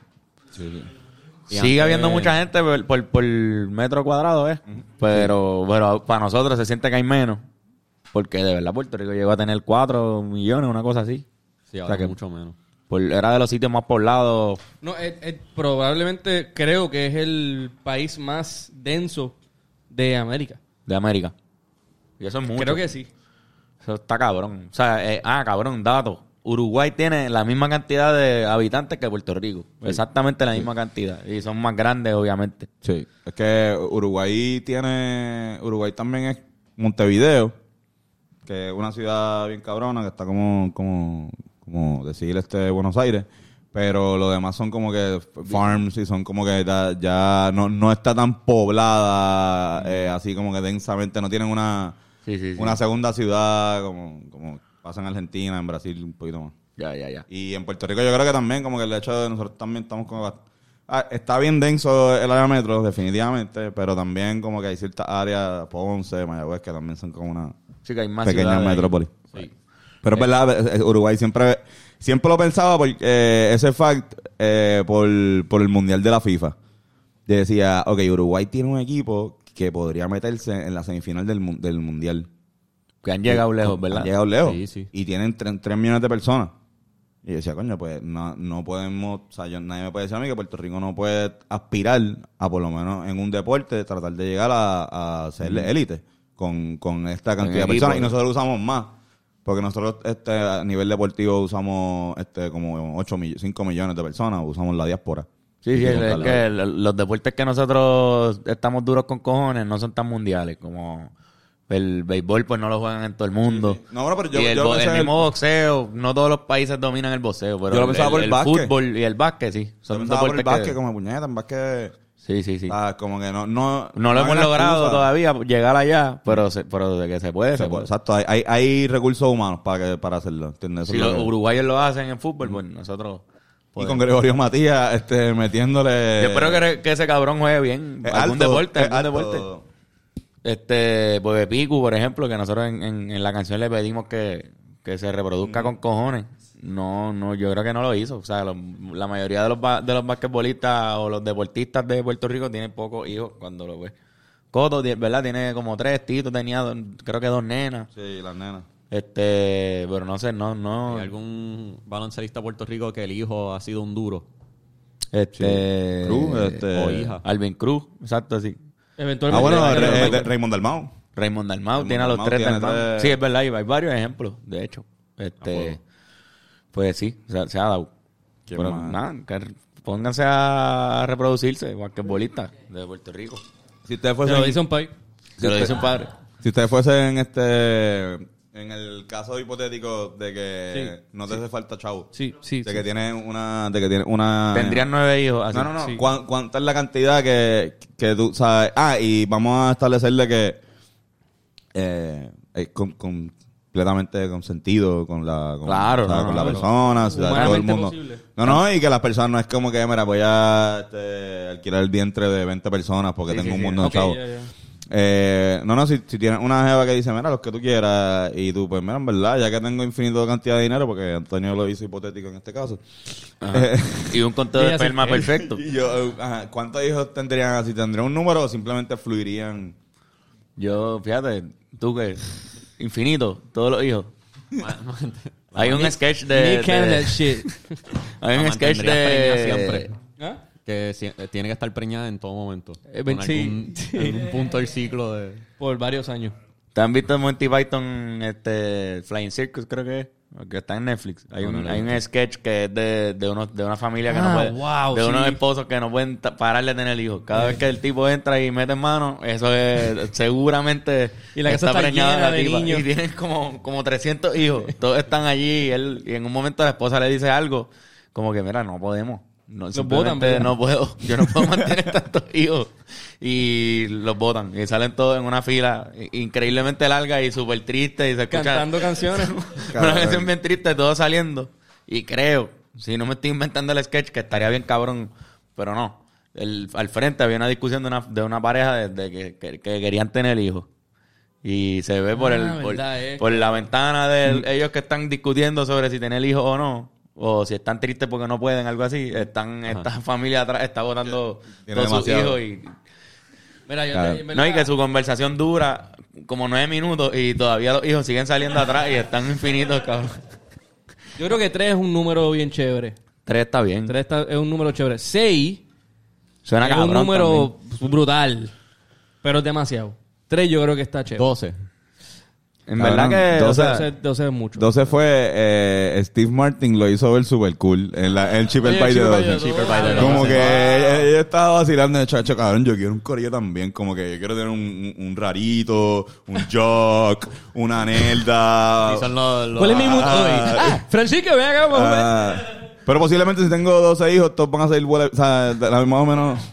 Y
Sigue
antes-
habiendo mucha gente por, por- por metro cuadrado, ¿eh? Pero, pero para nosotros se siente que hay menos. Porque de verdad Puerto Rico llegó a tener 4 millones, una cosa así.
Sí,
O
ahora
sea que-
mucho menos.
Por- era de los sitios más poblados.
No, es- es- probablemente creo que es el país más denso de América.
de América. Y eso es mucho.
Creo que sí.
Eso está cabrón. O sea, eh, ah, cabrón, dato. Uruguay tiene la misma cantidad de habitantes que Puerto Rico. Exactamente la misma cantidad. Y son más grandes, obviamente.
Sí. Es que Uruguay tiene. Uruguay también es Montevideo, que es una ciudad bien cabrona, que está como, como, como decir este Buenos Aires. Pero lo demás son como que farms y son como que ya, ya no, no está tan poblada, eh, así como que densamente, no tienen una,
Sí, sí, sí.
una segunda ciudad como, como pasa en Argentina, en Brasil, un poquito más.
Ya, ya, ya.
Y en Puerto Rico yo creo que también, como que el hecho de nosotros también estamos como... Ah, está bien denso el área metro, definitivamente, pero también como que hay ciertas áreas, Ponce, Mayagüez, que también son como una
Sí, que hay más
pequeña
ciudades ahí.
metrópoli. Pero es verdad, eh, Uruguay siempre... Siempre lo pensaba por eh, ese fact eh, por, por el Mundial de la FIFA. Yo decía, ok, Uruguay tiene un equipo que podría meterse en la semifinal del, mu- del Mundial.
Que han llegado lejos, ¿verdad?
Han llegado lejos.
Sí, sí.
Y tienen 3, millones de personas. Y yo decía, coño, pues no, no podemos, o sea, yo- nadie me puede decir a mí que Puerto Rico no puede aspirar a, por lo menos en un deporte, tratar de llegar a, a ser élite con, con esta cantidad de
equipo,
personas. Y
¿no?
nosotros usamos más. Porque nosotros este, a nivel deportivo usamos este como 8 mill- 5 millones de personas, usamos la diáspora.
Sí, sí,
Y
es
contarla.
que lo- los deportes que nosotros estamos duros con cojones no son tan mundiales como el béisbol, pues no lo juegan en todo el mundo.
No, bueno, pero yo-
y el,
yo
bo-
pensé
el
en el-
mismo boxeo, no todos los países dominan el boxeo, pero
Yo
el,
lo pensaba por el básquet.
fútbol y el básquet, sí.
Yo
Son
pensaba por
deportes
el básquet,
que...
como puñeta, en básquet,
Sí, sí, sí.
ah, como que no... No,
no lo
hay
hemos
una
logrado
excusa.
todavía llegar allá, pero, se- pero de que se puede, se
Se puede,
puede.
Exacto, hay, hay, hay recursos humanos para, que, para hacerlo. ¿entiendes? Eso
Si
es lo
los
que-
uruguayos lo hacen en fútbol, pues nosotros...
y
podemos.
con Gregorio Matías este, metiéndole.
Yo espero que, re- que ese cabrón juegue bien.
Es
algún
alto,
deporte,
es
algún
alto.
deporte. Este, Bebe Picu, por ejemplo, que nosotros en, en- en la canción le pedimos que, que se reproduzca con cojones. No, no, yo creo que no lo hizo. O sea, lo- la mayoría de los, ba- de los basquetbolistas o los deportistas de Puerto Rico tienen pocos hijos cuando lo ve. Coto, ti- ¿verdad? Tiene como tres, Tito tenía, do- creo que dos nenas.
Sí, las nenas.
Este, pero no sé, no, no.
¿Hay algún baloncelista de Puerto Rico que el hijo ha sido un duro?
Este,
Cruz, este-
o hija.
Alvin Cruz, exacto, sí.
Ah,
Eventualmente.
bueno,
van a
Re-
ganar
eh,
Michael.
de- Raymond Dalmau.
Raymond Dalmau
Raymond
tiene a los
Dalmau
tres
tiene
Dalmau.
tres- Ah,
Sí, es verdad, y hay varios ejemplos, de hecho. Este, pues sí, se, se ha dado.
¿Quién
Pero
más?
nada, que pónganse a reproducirse, basquetbolistas de Puerto Rico.
Si ustedes
Se lo
fuesen.
eh,
dice un
pues,
país.
Se lo dice un padre.
Si ustedes fuesen este. En el caso hipotético de que no te hace falta chavo.
Sí, sí.
De
sí.
que tienes una. De que tienes una.
Tendrían nueve hijos. así.
Ah. No, no, no.
Ah, Sí.
¿Cuán- ¿Cuánta es la cantidad que, que tú sabes? Ah, y vamos a establecerle que eh, eh, con, con- completamente consentido con la, con,
Claro,
o sea,
no,
con la
no,
persona, o sea, todo el
Humanamente
mundo.
posible.
No, no, y que las personas no es como que, mira, voy a este, alquilar el vientre de 20 personas porque
Sí,
tengo
sí,
un
sí.
mundo
Ok,
de chavos.
ya, ya.
Eh, no, no, si, si tienes una jeva que dice, mira, los que tú quieras, y tú, pues mira, en verdad, ya que tengo infinito cantidad de dinero, porque Antonio lo hizo hipotético en este caso. Eh,
Y un conteo
Y
de
ella se-
esperma perfecto.
y yo, eh, ajá, ¿cuántos hijos tendrían así? ¿Tendrían un número o simplemente fluirían?
Yo, fíjate, tú que infinito, todos los hijos. Hay un sketch de,
Nick and
de-
that shit.
hay un
La
sketch
mantendrías preñada
de
siempre.
¿Ah?
Que si- eh, tiene que estar preñada en todo momento.
Eh,
En
sí,
algún,
sí.
algún punto del ciclo de...
Por varios años.
¿Te han visto Monty Python, este, Flying Circus, creo que es? Que está en Netflix. Hay, un, hay un sketch que es de, de, unos, de una familia que
Ah,
no puede.
wow,
de unos
sí. Eh.
esposos que no pueden ta- parar de tener hijos. Cada vez que el tipo entra y mete mano, eso es seguramente.
Y la casa está
preñada
llena
la
de
tipa.
niños.
Y tienen como, como 300 hijos. Todos están allí y, él, y en un momento la esposa le dice algo como que, mira, no podemos. No, simplemente
botan, ¿verdad?
no puedo. Yo no puedo mantener tantos hijos. Y los botan. Y salen todos en una fila i- increíblemente larga y súper triste. Y se escucha
Cantando canciones.
una canción bien triste, todos saliendo. Y creo, si no me estoy inventando el sketch, que estaría bien cabrón. Pero no. El- al frente había una discusión de una, de una pareja de, de que, que- que querían tener hijos. Y se ve por,
Ah,
el, por,
verdad, eh.
por la ventana
Mm.
de ellos que están discutiendo sobre si tener hijos o no. O si están tristes porque no pueden, algo así. Están, esta familia atrás está votando
Tiene
todos sus
demasiado.
hijos. Y,
Mira, yo
Claro.
en verdad-
no, y que su conversación dura como nueve minutos y todavía los hijos siguen saliendo atrás y están infinitos, cabrón.
Yo creo que tres es un número bien chévere.
Tres está bien.
Tres está- es un número chévere. Seis
Suena
es
cabrón
un número
también.
brutal. Pero es demasiado. Tres yo creo que está chévere.
12.
En
Cabrón,
verdad que.
12
o sea,
12, 12 es mucho.
12 fue eh, Steve Martin lo hizo ver super cool en la en Cheaper
Oye,
by the
Cheaper by
Dozen.
the Dozen. Cheaper by the
Como
Dozen.
que ella, ella estaba vacilando de chacho, cabrón, yo quiero un corillo también, como que yo quiero tener un, un- un rarito, un jock, una
Y
nerda.
son los- los-
¿Cuál es mi mundo?
Ah.
Ah, Francisco, ven acá, vamos a
Ah, pero posiblemente si tengo 12 hijos, todos van a salir huele- o sea, de- más o menos.
Ah.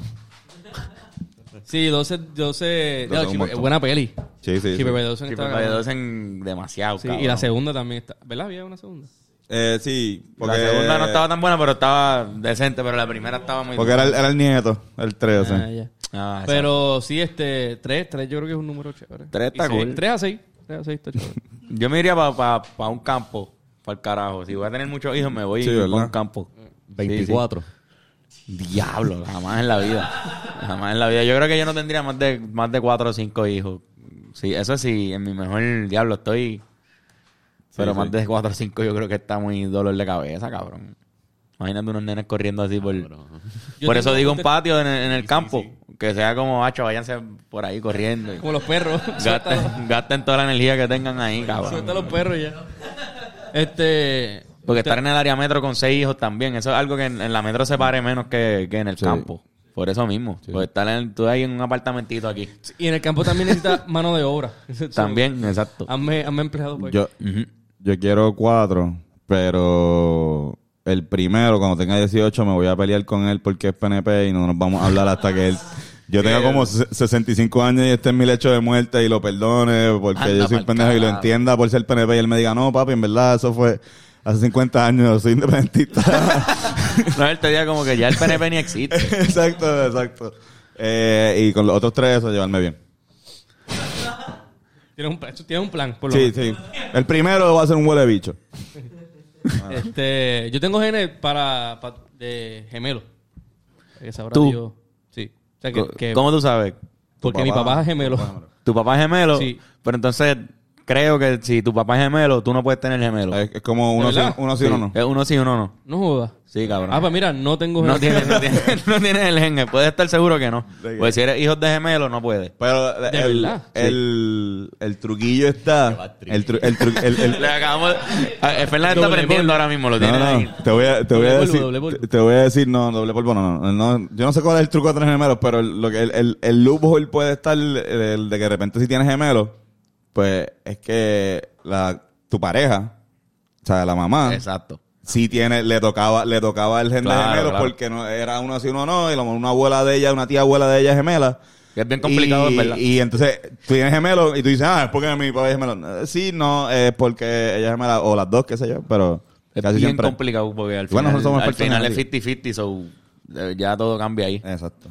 ver. Sí, 12, 12.
Doce es un
Cheaper-
montón.
buena peli.
Sí, sí. sí.
Cheaper by the Dozen
Sí,
estaba
pero para
cabrón.
dos en demasiado.
Sí, y
cabrón.
la segunda también está. ¿Verdad? Había una segunda.
Eh, sí,
La
porque,
segunda no estaba tan buena, pero estaba decente. Pero la primera estaba muy.
Porque era el, era el nieto, el 13.
Ah, ya.
Ah, exacto.
Pero sí, este, 3, 3 yo creo que es un número chévere.
Tres está cool.
3 a 6. 3 a 6 está chévere.
Yo me iría para un campo. Para el carajo. Si voy a tener muchos hijos, me voy
Sí,
para
¿verdad?
un campo.
24.
Diablo, jamás en la vida. Jamás en la vida. Yo creo que yo no tendría más de más de cuatro o cinco hijos. Sí, eso sí, en mi mejor diablo estoy. Pero
Sí,
más
sí.
de cuatro o cinco yo creo que está muy dolor de cabeza, cabrón. Imagínate unos nenes corriendo así
Ah,
por...
Yo
Por eso
tengo
digo un
este-
patio en el, en el campo. Que sea como, hacho, váyanse por ahí corriendo. y
Como los perros. Suelta los-
gasten, gasten toda la energía que tengan ahí, cabrón.
Suelta los perros ya. Este.
Porque estar en el área metro con seis hijos también, eso es algo que en, en la metro se pare menos que, que en el campo. Por eso mismo. Por estar en, tú ahí en un apartamentito aquí.
Y en el campo también necesita mano de obra.
También, exacto.
Hazme, hazme empleado, pues.
Yo, yo quiero cuatro, pero el primero, cuando tenga 18, me voy a pelear con él porque es PNP y no nos vamos a hablar hasta que él. Yo tenga como se- 65 años y esté en mi lecho de muerte y lo perdone porque
Anda
yo soy
pa'l
un pendejo y lo
carajo.
entienda por ser PNP y él me diga, no, papi, en verdad, eso fue hace 50 años, soy independentista.
pues-
No, él te diga como que ya el PNP ni existe.
exacto, exacto. Eh, y con los otros tres, eso, llevarme bien.
Tienes un, plan- tú tienes un plan, por lo
Sí,
menos.
sí. El primero va a ser un huele bicho.
Este, yo tengo genes para, pa- de gemelo. Que sabrá
¿Tú?
Dios. Sí. O sea, que,
Co-
que-
¿Cómo tú sabes?
porque
tu
mi
papá-
papá es gemelo.
Tu papá es gemelo.
Sí.
Pero entonces creo que si tu papá es gemelo, tú no puedes tener gemelo.
Es, es como uno
¿De
sí,
verdad?
uno sí, uno no.
Es uno sí, uno no.
No jodas.
Sí, cabrón.
Ah, pues mira, no tengo
no,
genes.
tienes, no, tienes, no tienes el gen. Puedes estar seguro que no.
¿De qué?
Pues si eres hijo de gemelo, no puedes.
Pero
¿De
el,
verdad?
el, el truquillo está. El, tru- el, tru- el, el-
Le acabamos. Ah, eh, Fernández está
Doble
aprendiendo ahora mismo, lo
no,
tiene ahí.
no, te voy a, te voy
Doble
a
polvo,
decir.
doble polvo.
te- Te voy a decir, no, doble polvo, no, no, no. Yo no sé cuál es el truco de tres gemelos, pero el, lo que, el, el, el loophole puede estar el, el de que de repente si tienes gemelos, pues es que la, tu pareja, o sea, la mamá,
Exacto.
sí tiene, le tocaba, le tocaba el gen de
Claro,
gemelos
claro.
porque no, era uno así, uno no, y la- una abuela de ella, una tía abuela de ella es gemela.
Que es bien complicado,
y,
es verdad.
Y entonces tú tienes gemelos y tú dices, ah, es porque mi papá es gemelo. Eh, Sí, no, es porque ella es gemela o las dos, qué sé yo, pero
Es
casi
bien
siempre.
complicado porque al
Bueno,
final,
nosotros somos
al
expertos en
final
la
es 50-50, so eh, ya todo cambia ahí.
Exacto.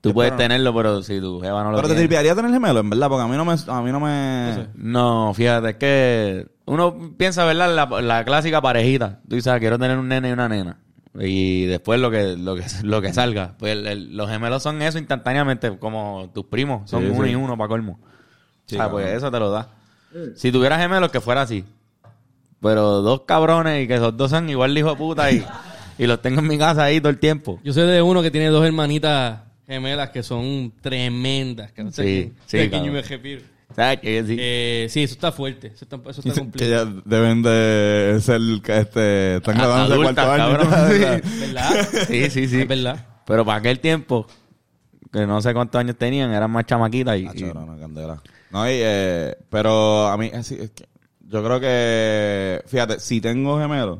Tú
yo
puedes
espero no.
tenerlo, pero si tu jeva no lo
Pero te
tiene.
tripearía tener gemelos, en verdad, porque a mí no me... A mí no me...
No, fíjate, es que uno piensa, ¿verdad? La, la clásica parejita. Tú dices, ah, quiero tener un nene y una nena. Y después lo que, lo que, lo que salga. Pues el- el- los gemelos son eso instantáneamente, como tus primos. Son
Sí,
uno
sí.
y uno para colmo.
Sí,
o sea, pues
cabrón.
eso te lo da. Si tuvieras gemelos, que fuera así. Pero dos cabrones y que esos dos sean igual de hijo de puta y, y los tengo en mi casa ahí todo el tiempo.
Yo sé de uno que tiene dos hermanitas gemelas que son tremendas. Que no sé
Sí,
quién-
sí,
de quién
cabrón.
yo me refiero.
¿Sabes qué? Sí.
Eh, sí, eso está fuerte. Eso está, eso está
Que
complicado.
ya deben de ser... Este, están
A-
grabando el cuarto
adultas,
año.
cabrón. Sí.
¿Verdad?
Sí, sí, sí.
Es verdad.
Pero para aquel tiempo, que no sé cuántos años tenían, eran más chamaquitas y...
Ah,
y-
chorro, no, candela. No, y, eh, pero a mí, así, es que yo creo que, fíjate, si tengo gemelos,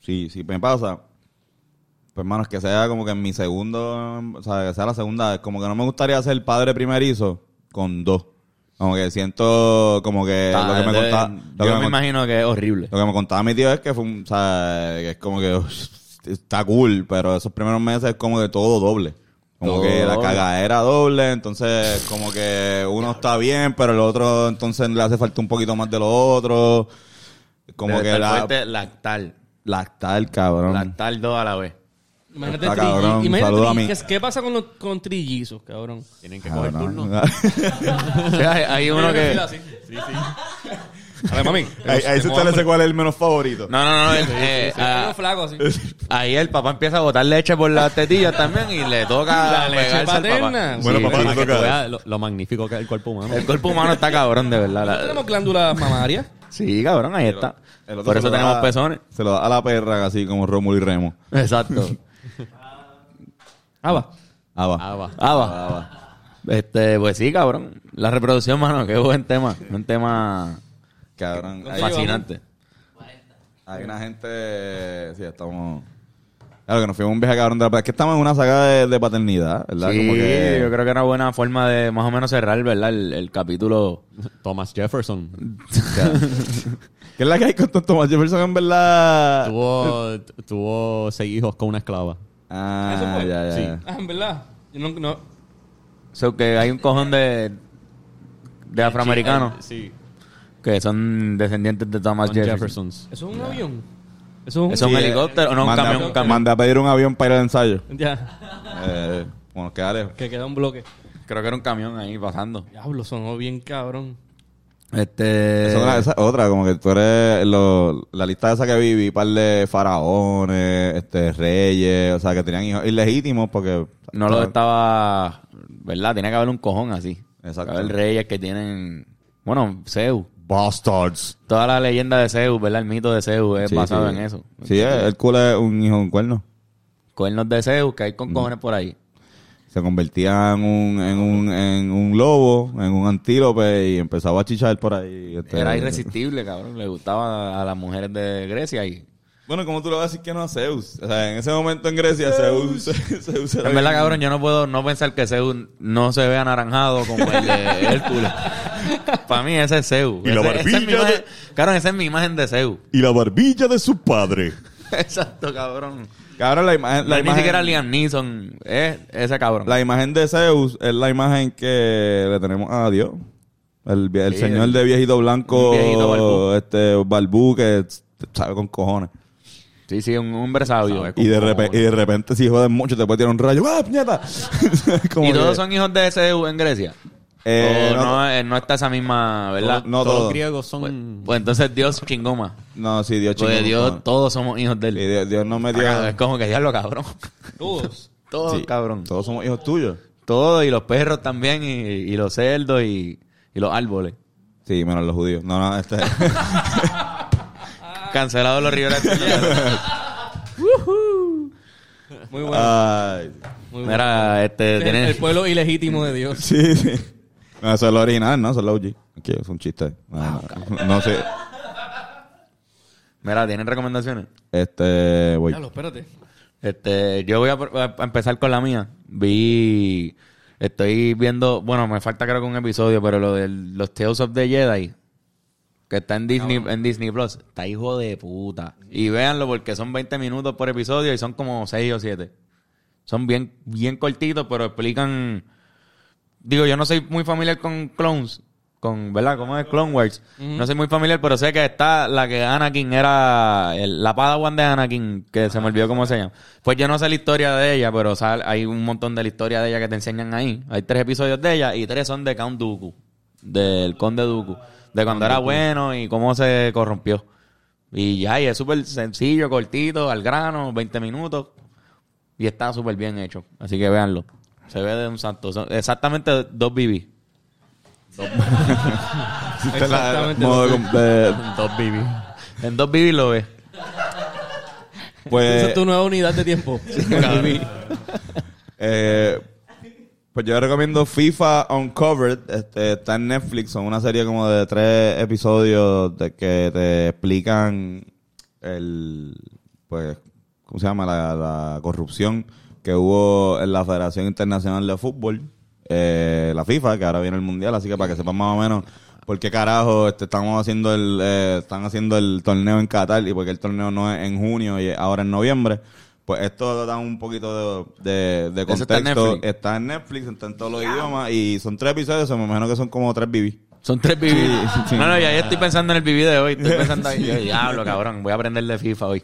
si, si me pasa, pues hermano, es que sea como que en mi segundo, o sea, que sea la segunda, vez. como que no me gustaría ser padre primerizo con dos. Como que siento, como que
Ah,
Eh, lo que me
de-
contaba.
yo
lo que
me
me cont-
imagino que es horrible.
lo que me contaba mi tío es que fue un, o sea, que es como que uff, está cool, pero esos primeros meses es como que todo doble. Como
Todo
que la
doble.
cagadera doble, entonces como que uno está bien, pero el otro entonces le hace falta un poquito más de lo otro. Como
Debe
que
estar
la,
fuerte lactal.
lactar, cabrón.
Lactal dos a la vez.
Imagínate,
Ah,
Está
trilli-
cabrón,
imagínate
saluda a
trilli-
mí.
¿qué- ¿Qué pasa con, los, con trillizos, cabrón?
Tienen que coger
Cabrón.
turno.
O sea, hay, hay uno que...
Sí, sí. A ver, mami.
Ahí, ahí se establece cuál es el menos favorito.
No, no, no. eh, ah,
Uno flaco así.
ahí el papá empieza a botar leche por las tetillas también y le
La
toca
leche
pegarse al papá.
paterna.
Bueno,
Sí,
papá,
sí.
Para
te
que tú
toca.
veas lo, lo magnífico que es el cuerpo humano.
El cuerpo humano está cabrón, de verdad.
¿No
la-
tenemos glándulas mamarias?
Sí, cabrón, ahí está.
El otro
Por
se
eso
lo da-
tenemos pezones.
Se lo da a la perra, así como Rómulo y Remo.
Exacto.
Ah, va.
Ah, va.
Ah, va.
Ah, va. Este, pues sí, cabrón. La reproducción, mano, qué buen tema. Un tema
Cabrón. Hay,
fascinante.
hay una gente. Sí, estamos. Claro que nos fuimos un viaje cabrón de la. Es que estamos en una saga de, de paternidad, ¿verdad?
Sí,
como que.
yo creo que era una buena forma de más o menos cerrar, ¿verdad? El, el capítulo.
Eh.
Thomas Jefferson
¿Qué es la que hay con tanto Thomas Jefferson en verdad?
tuvo, tuvo seis hijos con una esclava.
Eso
Ah,
fue.
ya, ya.
Sí.
ya.
Ah, en verdad. Yo no, no.
So que hay un cojón de, de afroamericanos
Sí.
que son descendientes de Thomas
Thomas
eh, Ah, Jefferson.
Jeffersons.
¿Eso es un avión? ¿Eso es un...?
¿Eso es un
Sí,
helicóptero? No, un
Mandé a-
camión, un camión.
Mandé a pedir un avión para ir al ensayo.
Ya.
Eh, bueno, queda lejos.
Que queda un bloque.
Creo que era un camión ahí pasando.
Diablo, sonó bien cabrón.
Este.
Esa es otra- esa es otra, como que tú eres lo- la lista esa que vi, vi par de faraones, este, reyes, o sea, que tenían hijos ilegítimos porque...
No lo estaba. ¿Verdad? Tiene que haber un cojón así. Tiene que
Exacto.
haber reyes que tienen. Bueno, Zeus.
Bastards.
Toda la leyenda de Zeus, ¿verdad? El mito de Zeus es
Sí,
basado
sí.
en eso.
Sí, eh, el culo es un hijo de un cuerno.
Cuernos de Zeus que hay
Mm.
con cojones por ahí.
Se convertía en un, en un, en un lobo, en un antílope y empezaba a chichar por ahí. este-
Era irresistible, cabrón. Le gustaba a las mujeres de Grecia y.
Bueno, ¿cómo tú le vas a decir que no a Zeus? O sea, en ese momento en Grecia Zeus, Zeus era...
En verdad, cabrón, yo no puedo no pensar que Zeus no se ve anaranjado como el de Hércules. Para mí ese es Zeus.
Y la
Ese- esa es mi
barbilla
imagen-
de-
Cabrón, esa es mi imagen de Zeus.
Y la barbilla de su padre.
Exacto, cabrón.
Cabrón, la, imagen...
No
la
es ni
imagen-
siquiera Liam Neeson. Es ese cabrón.
La imagen de Zeus es la imagen que le tenemos a Dios. El, vie- el
Sí,
señor
el-
de viejito blanco,
un viejito barbú.
este barbú que s- sabe con cojones.
Sí, sí, un hombre sabio.
Y de, repe- y de repente, si joden mucho, te puede tirar un rayo. ¡Ah, puñeta! Como
¿Y
que-
todos son hijos de Zeus en Grecia?
Eh,
O
no,
no, eh, no está esa misma, ¿verdad?
No,
Todos
todo.
los griegos son...
Pues, pues entonces Dios chingó más.
No, sí, Dios Eh,
Porque
chingón,
Dios,
cojones.
todos somos hijos de
Sí,
él.
Dios, Dios no me dio.
Es como que diablo, cabrón.
Todos.
Todos,
Sí,
cabrón.
Todos somos hijos tuyos.
Todos, y los perros también, y, y los cerdos, y, y los árboles.
Sí, menos los judíos. No, no, este.
Cancelados los ríos. de-
Muy bueno. muy
Ay.
bueno.
Ah, Mira, este,
el,
tienen...
el pueblo ilegítimo de Dios.
Sí, sí. No, eso es lo original, ¿no? Eso es lo OG. Aquí es un chiste. No, no, no sé.
Mira, ¿tienen recomendaciones?
Este. Voy.
Diablo, espérate.
Este, yo voy a, a- a empezar con la mía. Vi, estoy viendo, bueno, me falta creo que un episodio, pero lo de los Tales of the Jedi, que está en Disney, en Disney Plus, está hijo de puta. Y véanlo porque son 20 minutos por episodio y son como 6 o 7. Son bien, bien cortitos, pero explican. Digo, yo no soy muy familiar con clones, con, ¿verdad? ¿Cómo es? Clone Wars. No soy muy familiar, pero sé que está la que Anakin era, el- la Padawan de Anakin, que se me olvidó cómo se llama. Pues yo no sé la historia de ella, pero sal- hay un montón de la historia de ella que te enseñan ahí. Hay tres episodios de ella y tres son de Count Dooku, del Conde Dooku, de cuando era bueno y cómo se corrompió. Y ya, y es súper sencillo, cortito, al grano, 20 minutos. Y está súper bien hecho. Así que véanlo. Se ve de un santo. Son exactamente dos BB.
Esta es la-
Exactamente.
modo com- de-
Dos BB.
En dos BB lo ves.
Esa es
pues,
tu nueva unidad de tiempo.
eh, pues yo recomiendo FIFA Uncovered. Este, está en Netflix. Son una serie como de tres episodios de que te explican el, pues, ¿cómo se llama? La, la corrupción que hubo en la Federación Internacional de Fútbol, eh, la FIFA, que ahora viene el Mundial, así que para que sepan más o menos por qué carajo este, estamos haciendo el, eh, están haciendo el torneo en Qatar y por qué el torneo no es en junio y es ahora en noviembre. Pues esto da un poquito de, de- de
Eso está en
contexto.
Netflix.
Está en Netflix, está en todos los idiomas y son tres episodios, o me imagino que son como tres BB.
Son tres BB.
Sí, sí.
No, no, ya, ya estoy pensando en el BB de hoy. Estoy pensando ahí. Yo, diablo, cabrón. Voy a aprender de FIFA hoy.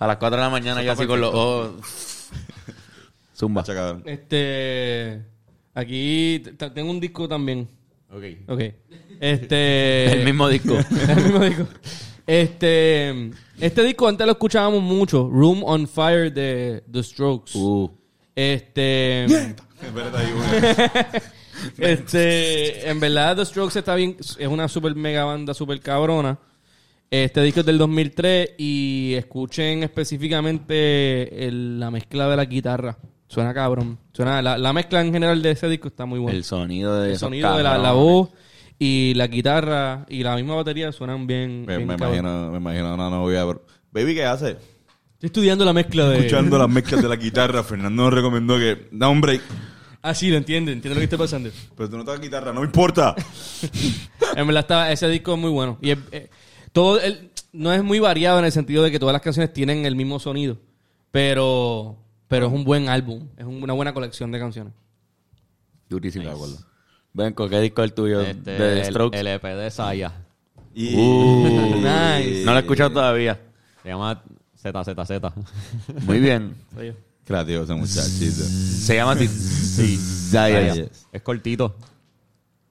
A las 4 de la mañana yo así con los ojos. Zumba.
Chaca, cabrón.
Este. Aquí t- t- tengo un disco también.
Ok.
Ok. Este.
el mismo disco.
El mismo disco. Este, este disco antes lo escuchábamos mucho. Room on Fire de The Strokes.
Uh.
Este. este. En verdad, The Strokes está bien. Es una super mega banda, super cabrona. Este disco es del 2003 y escuchen específicamente el- la mezcla de la guitarra. Suena cabrón. Suena, la, la mezcla en general de ese disco está muy buena
El sonido de
el
esos
sonido de la, la
cabrones.
voz y la guitarra y la misma batería suenan bien.
Me,
bien
me
cabrón.
imagino, me imagino una novia. Pero... Baby, ¿qué hace?
Estoy estudiando la mezcla de.
Escuchando las mezclas de la guitarra, Fernando nos recomendó que da un break.
Ah, sí, lo entiendo, entiendo lo que está pasando.
Pero tú no tocas guitarra, no me importa.
En verdad, está, ese disco es muy bueno. Y es- eh, todo el- no es muy variado en el sentido de que todas las canciones tienen el mismo sonido, pero, pero es un buen álbum, es un- una buena colección de canciones.
Durísimo. Benco, ¿qué disco es el tuyo?
Este,
de
el-
Strokes.
El, EP de Saya.
Y...
Uh.
Nice.
No lo he escuchado todavía.
Se llama ZZZ.
Muy bien.
Soy yo.
Creativo ese muchachito.
Se llama así.
Zaya.
es cortito.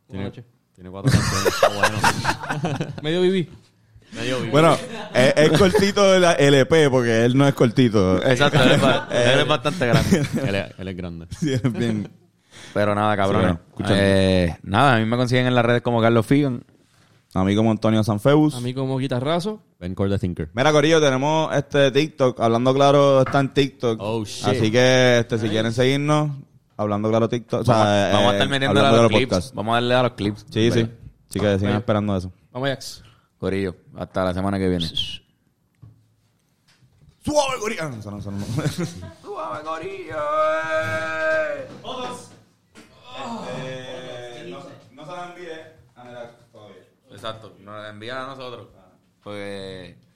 Buenas noches.
Tiene cuatro canciones. Está bueno.
Medio viví.
Bueno, es, es cortito el LP porque él no es cortito.
Exacto, él es, ba- él es bastante grande.
Él es, él es grande.
Sí, es bien.
Pero nada, cabrón. Eh,
bueno, escuchando.
nada, a mí me consiguen en las redes como Carlos Figan.
A mí como Antonio Sanfeus.
A mí como guitarrazo.
Ben Core the Thinker.
Mira, Corillo, tenemos este TikTok. Hablando Claro está en TikTok.
Oh, shit.
Así que este, si quieren seguirnos, Hablando Claro TikTok. O sea,
Vamos, a-
eh,
vamos a estar metiendo a
Hablando
los
Claro
clips. Ah, Vamos a darle a los clips.
Sí, sí.
Bueno,
Así que sigan esperando eso.
Vamos, Jax.
Corillo, hasta la semana que viene.
¡Suave, Corillo! Ah, no, eso no, eso no.
¡Suave, Corillo!
No se la envíe. Eh, Ah,
Exacto, nos la envían a nosotros. Pues...